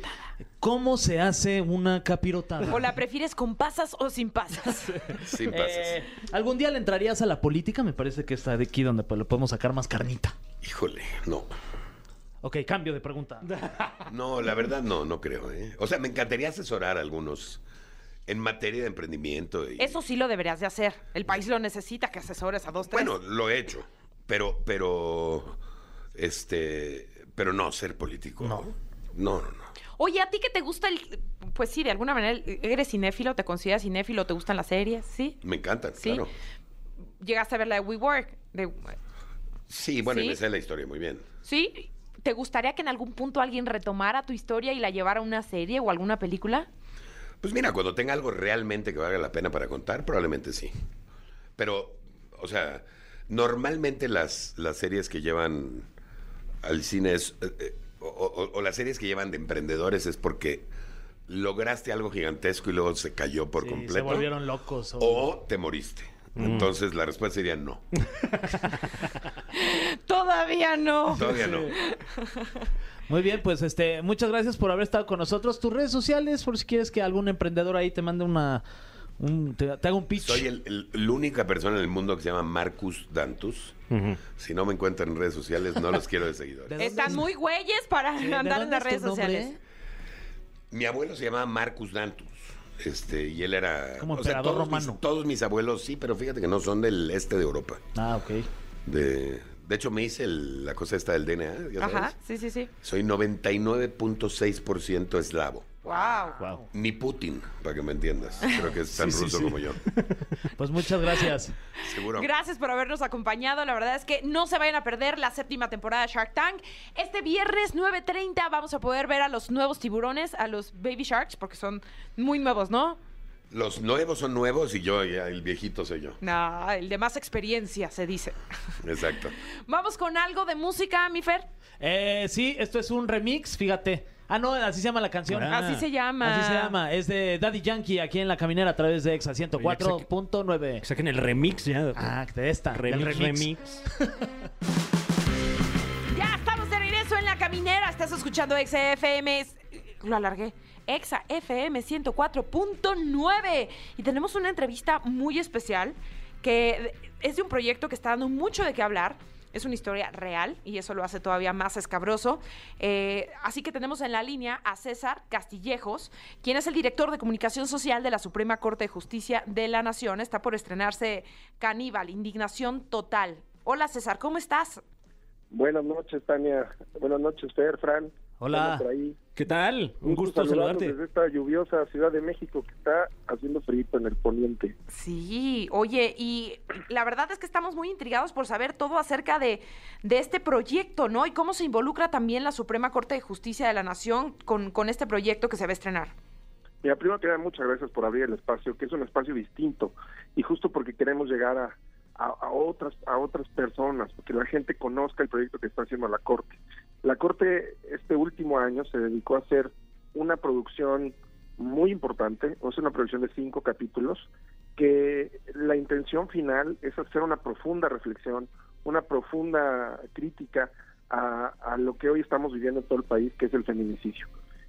[SPEAKER 4] ¿Cómo se hace una capirotada?
[SPEAKER 2] ¿O la prefieres con pasas o sin pasas?
[SPEAKER 10] Sin pases.
[SPEAKER 4] Eh, ¿Algún día le entrarías a la política? Me parece que está de aquí donde pues, le podemos sacar más carnita.
[SPEAKER 10] Híjole, no.
[SPEAKER 4] Ok, cambio de pregunta.
[SPEAKER 10] No, la verdad no, no creo. ¿eh? O sea, me encantaría asesorar a algunos en materia de emprendimiento. Y...
[SPEAKER 2] Eso sí lo deberías de hacer. El país lo necesita, que asesores a dos, tres.
[SPEAKER 10] Bueno, lo he hecho, pero, pero, este, pero no ser político. No, no, no. no.
[SPEAKER 2] Oye, ¿a ti que te gusta el...? Pues sí, de alguna manera, ¿eres cinéfilo? ¿Te consideras cinéfilo? ¿Te gustan las series? ¿Sí?
[SPEAKER 10] Me encanta,
[SPEAKER 2] Sí.
[SPEAKER 10] claro.
[SPEAKER 2] ¿Llegaste a ver la de WeWork? De-
[SPEAKER 10] Sí, bueno,
[SPEAKER 2] Sí.
[SPEAKER 10] y me sé la historia muy bien.
[SPEAKER 2] ¿Sí? ¿Te gustaría que en algún punto alguien retomara tu historia y la llevara a una serie o alguna película?
[SPEAKER 10] Pues mira, cuando tenga algo realmente que valga la pena para contar, probablemente sí. Pero, o sea, normalmente las, las series que llevan al cine es, eh, eh, o, o- o las series que llevan de emprendedores es porque lograste algo gigantesco y luego se cayó por
[SPEAKER 4] Sí, Se
[SPEAKER 10] completo.
[SPEAKER 4] volvieron locos. Mm. o-
[SPEAKER 10] O te moriste. Entonces la respuesta sería no.
[SPEAKER 2] Todavía no.
[SPEAKER 10] Todavía no.
[SPEAKER 4] Muy bien, pues este, muchas gracias por haber estado con nosotros. Tus redes sociales, por si quieres que algún emprendedor ahí te mande una. un- te, te haga un pitch.
[SPEAKER 10] Soy el, el- la única persona en el mundo que se llama Marcus Dantus. Si no me encuentran en redes sociales, no los quiero de seguidores.
[SPEAKER 4] dónde
[SPEAKER 2] Están
[SPEAKER 4] es-
[SPEAKER 2] muy güeyes para
[SPEAKER 4] Sí, ¿de
[SPEAKER 2] andar en
[SPEAKER 4] dónde
[SPEAKER 2] las
[SPEAKER 4] es tu
[SPEAKER 2] redes
[SPEAKER 4] nombre?
[SPEAKER 2] sociales.
[SPEAKER 10] Mi abuelo se llamaba Marcus Dantus. Este, y él era.
[SPEAKER 4] Como emperador
[SPEAKER 10] todos
[SPEAKER 4] romano.
[SPEAKER 10] Mis, todos mis abuelos sí, pero fíjate que no son del este de Europa.
[SPEAKER 4] Ah, ok.
[SPEAKER 10] De, de hecho, me hice el- la cosa esta del DNA. ya sabes.
[SPEAKER 2] Ajá, sí, sí, sí.
[SPEAKER 10] Soy 99.6% eslavo.
[SPEAKER 2] Wow.
[SPEAKER 4] Wow.
[SPEAKER 10] Ni Putin, para que me entiendas. Creo que es tan
[SPEAKER 4] Sí, sí,
[SPEAKER 10] ruso
[SPEAKER 4] sí.
[SPEAKER 10] como yo.
[SPEAKER 4] Pues muchas gracias.
[SPEAKER 10] Seguro.
[SPEAKER 2] Gracias por habernos acompañado. La verdad es que no se vayan a perder la séptima temporada de Shark Tank. Este viernes 9.30 vamos a poder ver a los nuevos tiburones, a los baby sharks, porque son muy nuevos, ¿no?
[SPEAKER 10] Los nuevos son nuevos y yo, ya, el viejito soy yo.
[SPEAKER 2] No, el de más experiencia, se dice.
[SPEAKER 10] Exacto.
[SPEAKER 2] Vamos con algo de música, mi Fer.
[SPEAKER 4] Eh, sí, esto es un remix, fíjate. Ah, no, así se llama la canción.
[SPEAKER 3] Ah.
[SPEAKER 2] Así se llama.
[SPEAKER 4] Así se llama. Es de Daddy Yankee aquí en la caminera a través de Exa
[SPEAKER 9] Que
[SPEAKER 4] 104.9.
[SPEAKER 9] saquen el remix ya.
[SPEAKER 4] Ah, de esta. del
[SPEAKER 9] remix,
[SPEAKER 4] remix.
[SPEAKER 9] remix.
[SPEAKER 2] Ya estamos de regreso en la caminera. Estás escuchando XFM. Es- Lo alargué. Exa FM 104.9. Y tenemos una entrevista muy especial que es de un proyecto que está dando mucho de qué hablar. Es una historia real y eso lo hace todavía más escabroso. Eh, así que tenemos en la línea a César Castillejos, quien es el director de comunicación social de la Suprema Corte de Justicia de la Nación. Está por estrenarse Caníbal, Indignación Total. Hola César, ¿cómo estás?
[SPEAKER 6] Buenas noches, Tania. Buenas noches, Fer, Fran.
[SPEAKER 4] Hola.
[SPEAKER 6] Estamos por ahí.
[SPEAKER 9] ¿Qué tal? Un gusto
[SPEAKER 6] saludarlos
[SPEAKER 9] saludarte.
[SPEAKER 6] Desde esta lluviosa Ciudad de México que está haciendo frío en el poniente.
[SPEAKER 2] Sí, oye, y la verdad es que estamos muy intrigados por saber todo acerca de, de este proyecto, ¿no? Y cómo se involucra también la Suprema Corte de Justicia de la Nación con, con este proyecto que se va a estrenar.
[SPEAKER 6] Mira, primero que nada, muchas gracias por abrir el espacio, que es un espacio distinto y justo porque queremos llegar a, a- a otras a otras personas, porque la gente conozca el proyecto que está haciendo la Corte. La Corte este último año se dedicó a hacer una producción muy importante, o sea, una producción de cinco capítulos, que la intención final es hacer una profunda reflexión, una profunda crítica a, a lo que hoy estamos viviendo en todo el país, que es el feminicidio.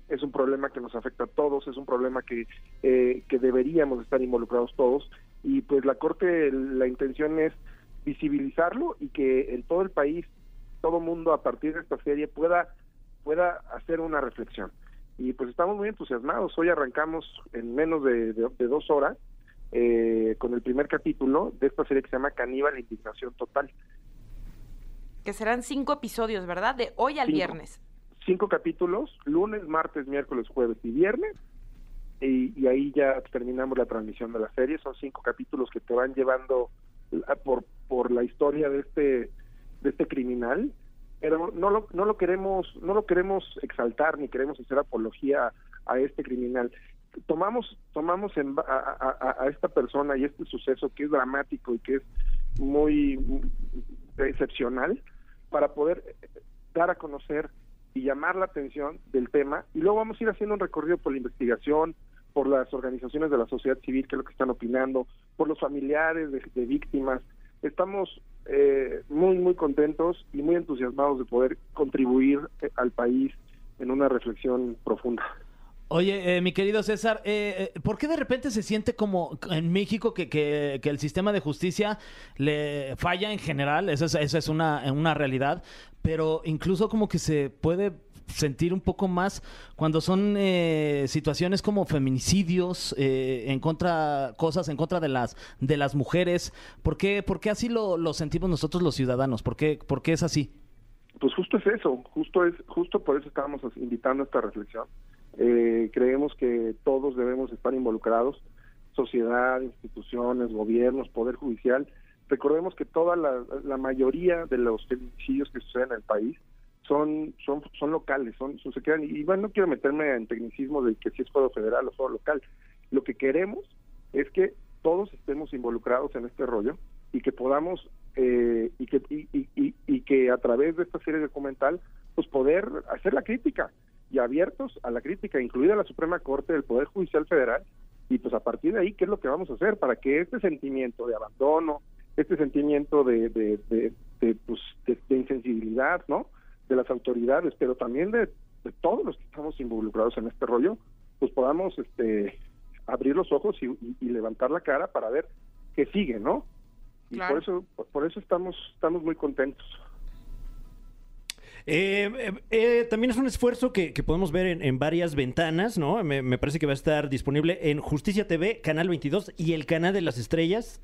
[SPEAKER 6] Es un problema que nos afecta a todos, es un problema que, eh, que deberíamos estar involucrados todos, y pues la Corte, la intención es visibilizarlo y que en todo el país todo mundo a partir de esta serie pueda pueda hacer una reflexión y pues estamos muy entusiasmados hoy arrancamos en menos de, de- de dos horas eh, con el primer capítulo de esta serie que se llama Caníbal e Indignación Total
[SPEAKER 2] Que serán cinco episodios, ¿verdad? De hoy al
[SPEAKER 6] Cinco.
[SPEAKER 2] viernes.
[SPEAKER 6] cinco capítulos lunes martes miércoles jueves y viernes y, y ahí ya terminamos la transmisión de la serie son cinco capítulos que te van llevando la- por por la historia de este de este criminal pero no lo, no lo queremos no lo queremos exaltar ni queremos hacer apología a, a este criminal tomamos tomamos en, ba- a, a- a- a esta persona y este suceso que es dramático y que es muy mm, excepcional para poder eh, dar a conocer y llamar la atención del tema y luego vamos a ir haciendo un recorrido por la investigación por las organizaciones de la sociedad civil que es lo que están opinando por los familiares de, de víctimas estamos eh, muy muy contentos y muy entusiasmados de poder contribuir eh, al país en una reflexión profunda
[SPEAKER 4] Oye, eh, mi querido César, eh, eh, ¿por qué de repente se siente como en México que, que- que el sistema de justicia le falla en general? Esa es, esa es una, una realidad, pero incluso como que se puede sentir un poco más cuando son eh, situaciones como feminicidios eh, en contra cosas en contra de las de las mujeres ¿por qué, por qué así lo, lo sentimos nosotros los ciudadanos por qué, por qué es así
[SPEAKER 6] pues justo es eso, justo es, justo por eso estábamos as- invitando a esta reflexión. Eh, creemos que todos debemos estar involucrados, sociedad, instituciones, gobiernos, poder judicial. Recordemos que toda la, la mayoría de los feminicidios que suceden en el país son, son, son locales, son, son- se quedan, y bueno, no quiero meterme en tecnicismo de que si es fuego federal o fuego local. Lo que queremos es que todos estemos involucrados en este rollo y que podamos eh, y, que, y, y- y- y que a través de esta serie documental pues poder hacer la crítica y abiertos a la crítica, incluida la Suprema Corte del Poder Judicial Federal y pues a partir de ahí qué es lo que vamos a hacer para que este sentimiento de abandono, este sentimiento de, de, de- de, pues, de- de insensibilidad, ¿no? De las autoridades, pero también de, de todos los que estamos involucrados en este rollo, pues podamos este abrir los ojos y, y- y levantar la cara para ver qué sigue, ¿no? Y
[SPEAKER 2] Claro.
[SPEAKER 6] por eso, por eso estamos, estamos muy contentos.
[SPEAKER 3] Eh, eh, eh, también es un esfuerzo que, que podemos ver en, en varias ventanas, ¿no? Me, me parece que va a estar disponible en Justicia TV, Canal 22 y el Canal de las Estrellas.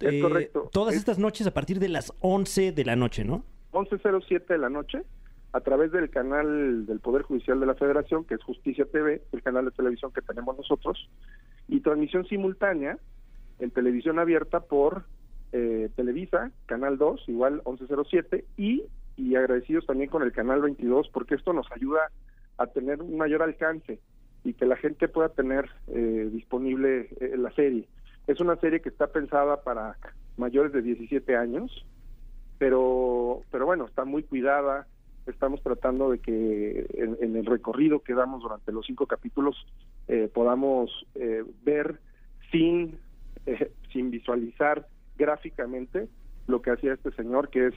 [SPEAKER 3] Eh,
[SPEAKER 6] Es correcto.
[SPEAKER 3] Todas
[SPEAKER 6] Es-
[SPEAKER 3] estas noches a partir de las 11 de la noche, ¿no?
[SPEAKER 6] 11.07 de la noche, a través del canal del Poder Judicial de la Federación, que es Justicia TV, el canal de televisión que tenemos nosotros, y transmisión simultánea en televisión abierta por eh, Televisa, Canal 2, igual 11.07, y, y agradecidos también con el Canal 22, porque esto nos ayuda a tener un mayor alcance y que la gente pueda tener eh, disponible eh, la serie. Es una serie que está pensada para mayores de 17 años, pero pero bueno está muy cuidada estamos tratando de que en, en el recorrido que damos durante los cinco capítulos eh, podamos eh, ver sin eh, sin visualizar gráficamente lo que hacía este señor que es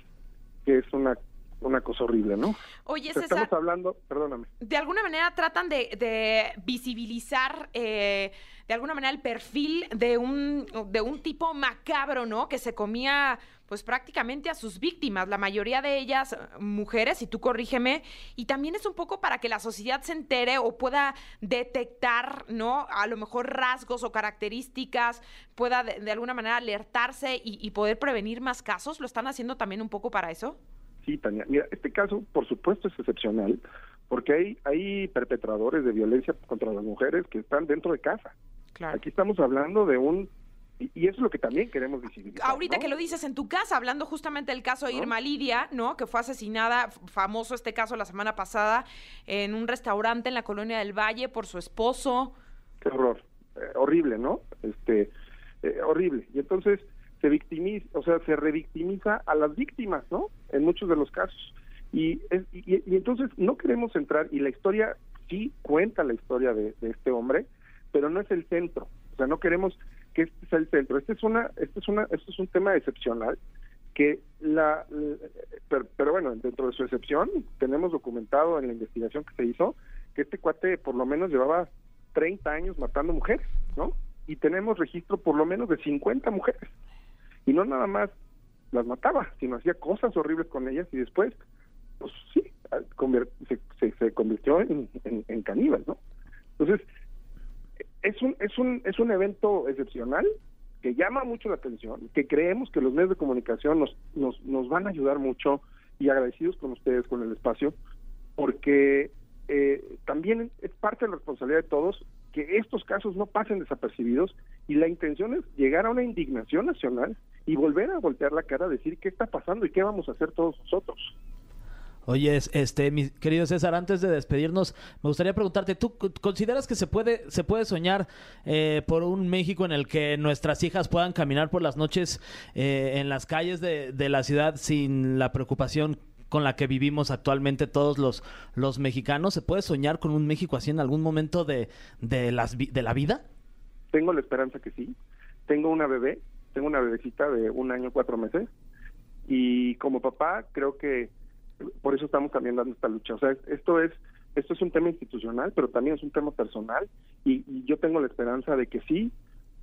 [SPEAKER 6] que es una una cosa horrible no
[SPEAKER 2] Oye,
[SPEAKER 6] O sea,
[SPEAKER 2] César,
[SPEAKER 6] estamos hablando perdóname
[SPEAKER 2] de alguna manera tratan de, de visibilizar eh, de alguna manera el perfil de un, de un tipo macabro, ¿no? Que se comía pues prácticamente a sus víctimas, la mayoría de ellas eh, mujeres, y tú corrígeme, y también es un poco para que la sociedad se entere o pueda detectar, ¿no? A lo mejor rasgos o características, pueda de, de alguna manera alertarse y- y poder prevenir más casos, ¿lo están haciendo también un poco para eso?
[SPEAKER 6] Sí, Tania. Mira, este caso, por supuesto, es excepcional, porque hay, hay perpetradores de violencia contra las mujeres que están dentro de casa.
[SPEAKER 2] Claro.
[SPEAKER 6] Aquí estamos hablando de un... Y, y eso es lo que también queremos visibilizar.
[SPEAKER 2] Ahorita
[SPEAKER 6] ¿no?
[SPEAKER 2] que lo dices en tu casa, hablando justamente del caso de
[SPEAKER 6] ¿No?
[SPEAKER 2] Irma Lidia, ¿no? Que fue asesinada, f- famoso este caso la semana pasada, en un restaurante en la colonia del Valle por su esposo.
[SPEAKER 6] Qué horror. Eh, horrible, ¿no? Este, eh, horrible. Y entonces se victimiza, o sea, se revictimiza a las víctimas, ¿no? En muchos de los casos. Y, es- y- y entonces no queremos entrar, y la historia sí cuenta la historia de, de este hombre, pero no es el centro. O sea, no queremos que este sea el centro. Este es, una, este es, una, este es un tema excepcional que la... l- Pero, pero bueno, dentro de su excepción, tenemos documentado en la investigación que se hizo que este cuate por lo menos llevaba 30 años matando mujeres, ¿no? Y tenemos registro por lo menos de 50 mujeres. Y no nada más las mataba, sino hacía cosas horribles con ellas y después, pues sí, al convier- se, se- se convirtió en, en- en caníbal, ¿no? Entonces, es un, es, un, es un evento excepcional que llama mucho la atención, que creemos que los medios de comunicación nos, nos, nos van a ayudar mucho y agradecidos con ustedes, con el espacio, porque eh, también es parte de la responsabilidad de todos que estos casos no pasen desapercibidos y la intención es llegar a una indignación nacional y volver a voltear la cara a decir qué está pasando y qué vamos a hacer todos nosotros.
[SPEAKER 4] Oye, es- este, mi querido César, antes de despedirnos, me gustaría preguntarte, ¿tú c- consideras que se puede, se puede soñar eh, por un México en el que nuestras hijas puedan caminar por las noches eh, en las calles de, de la ciudad sin la preocupación con la que vivimos actualmente todos los, los mexicanos? ¿Se puede soñar con un México así en algún momento de, de las, vi- de la vida?
[SPEAKER 6] Tengo la esperanza que sí. Tengo una bebé, tengo una bebecita de un año, cuatro meses. Y como papá, creo que por eso estamos también dando esta lucha. O sea, esto es, esto es un tema institucional, pero también es un tema personal. Y, y yo tengo la esperanza de que sí.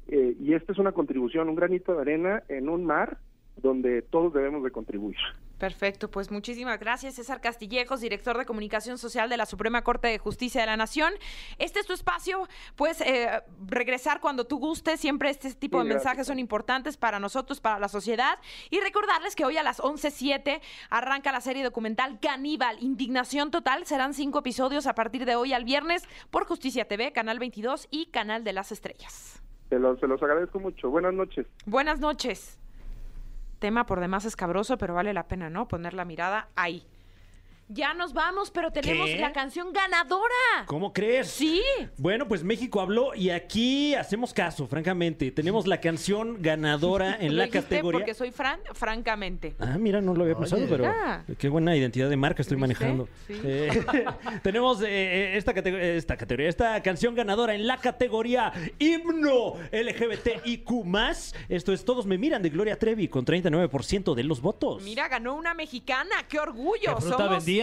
[SPEAKER 6] eh, y esta es una contribución, un granito de arena en un mar donde todos debemos de contribuir.
[SPEAKER 2] Perfecto, pues muchísimas gracias, César Castillejos, director de Comunicación Social de la Suprema Corte de Justicia de la Nación. Este es tu espacio, puedes eh, regresar cuando tú gustes, siempre este tipo
[SPEAKER 6] Sí,
[SPEAKER 2] de
[SPEAKER 6] gracias.
[SPEAKER 2] mensajes son importantes para nosotros, para la sociedad. Y recordarles que hoy a las 11.07 arranca la serie documental Caníbal, Indignación Total, serán cinco episodios a partir de hoy al viernes por Justicia TV, Canal 22 y Canal de las Estrellas.
[SPEAKER 6] Se los, se los agradezco mucho. Buenas noches.
[SPEAKER 2] Buenas noches. Tema por demás escabroso, pero vale la pena, ¿no? Poner la mirada ahí. Ya nos vamos, pero tenemos
[SPEAKER 3] ¿Qué?
[SPEAKER 2] la canción ganadora.
[SPEAKER 3] ¿Cómo crees?
[SPEAKER 2] Sí.
[SPEAKER 3] Bueno, pues México habló y aquí hacemos caso, francamente. Tenemos la canción ganadora en
[SPEAKER 2] Lo
[SPEAKER 3] la
[SPEAKER 2] dijiste
[SPEAKER 3] categoría.
[SPEAKER 2] Porque soy Fran, francamente.
[SPEAKER 3] Ah, mira, no lo había pensado, pero
[SPEAKER 2] Ah.
[SPEAKER 3] qué buena identidad de marca estoy
[SPEAKER 2] Este. ¿Viste?
[SPEAKER 3] manejando.
[SPEAKER 2] Sí.
[SPEAKER 3] Eh, tenemos eh, esta, catego- esta categoría, esta canción ganadora en la categoría Himno LGBTIQ+. Esto es Todos me miran de Gloria Trevi con 39% de los votos.
[SPEAKER 2] Mira, ganó una mexicana. ¡Qué orgullo!
[SPEAKER 4] ¿Qué fruta
[SPEAKER 2] Somos-
[SPEAKER 4] vendía?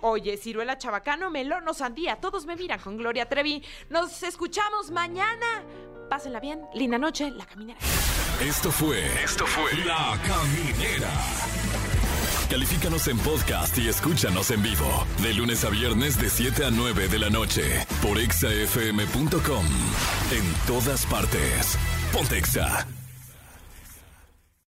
[SPEAKER 2] Oye, ciruela chabacano, melón o sandía. Todos me miran con Gloria Trevi. Nos escuchamos mañana. Pásenla bien. Linda noche, la caminera.
[SPEAKER 1] Esto fue. Esto fue. La Caminera. Califícanos en podcast y escúchanos en vivo. De lunes a viernes, de 7 a 9 de la noche. Por exafm.com. En todas partes. Pontexa.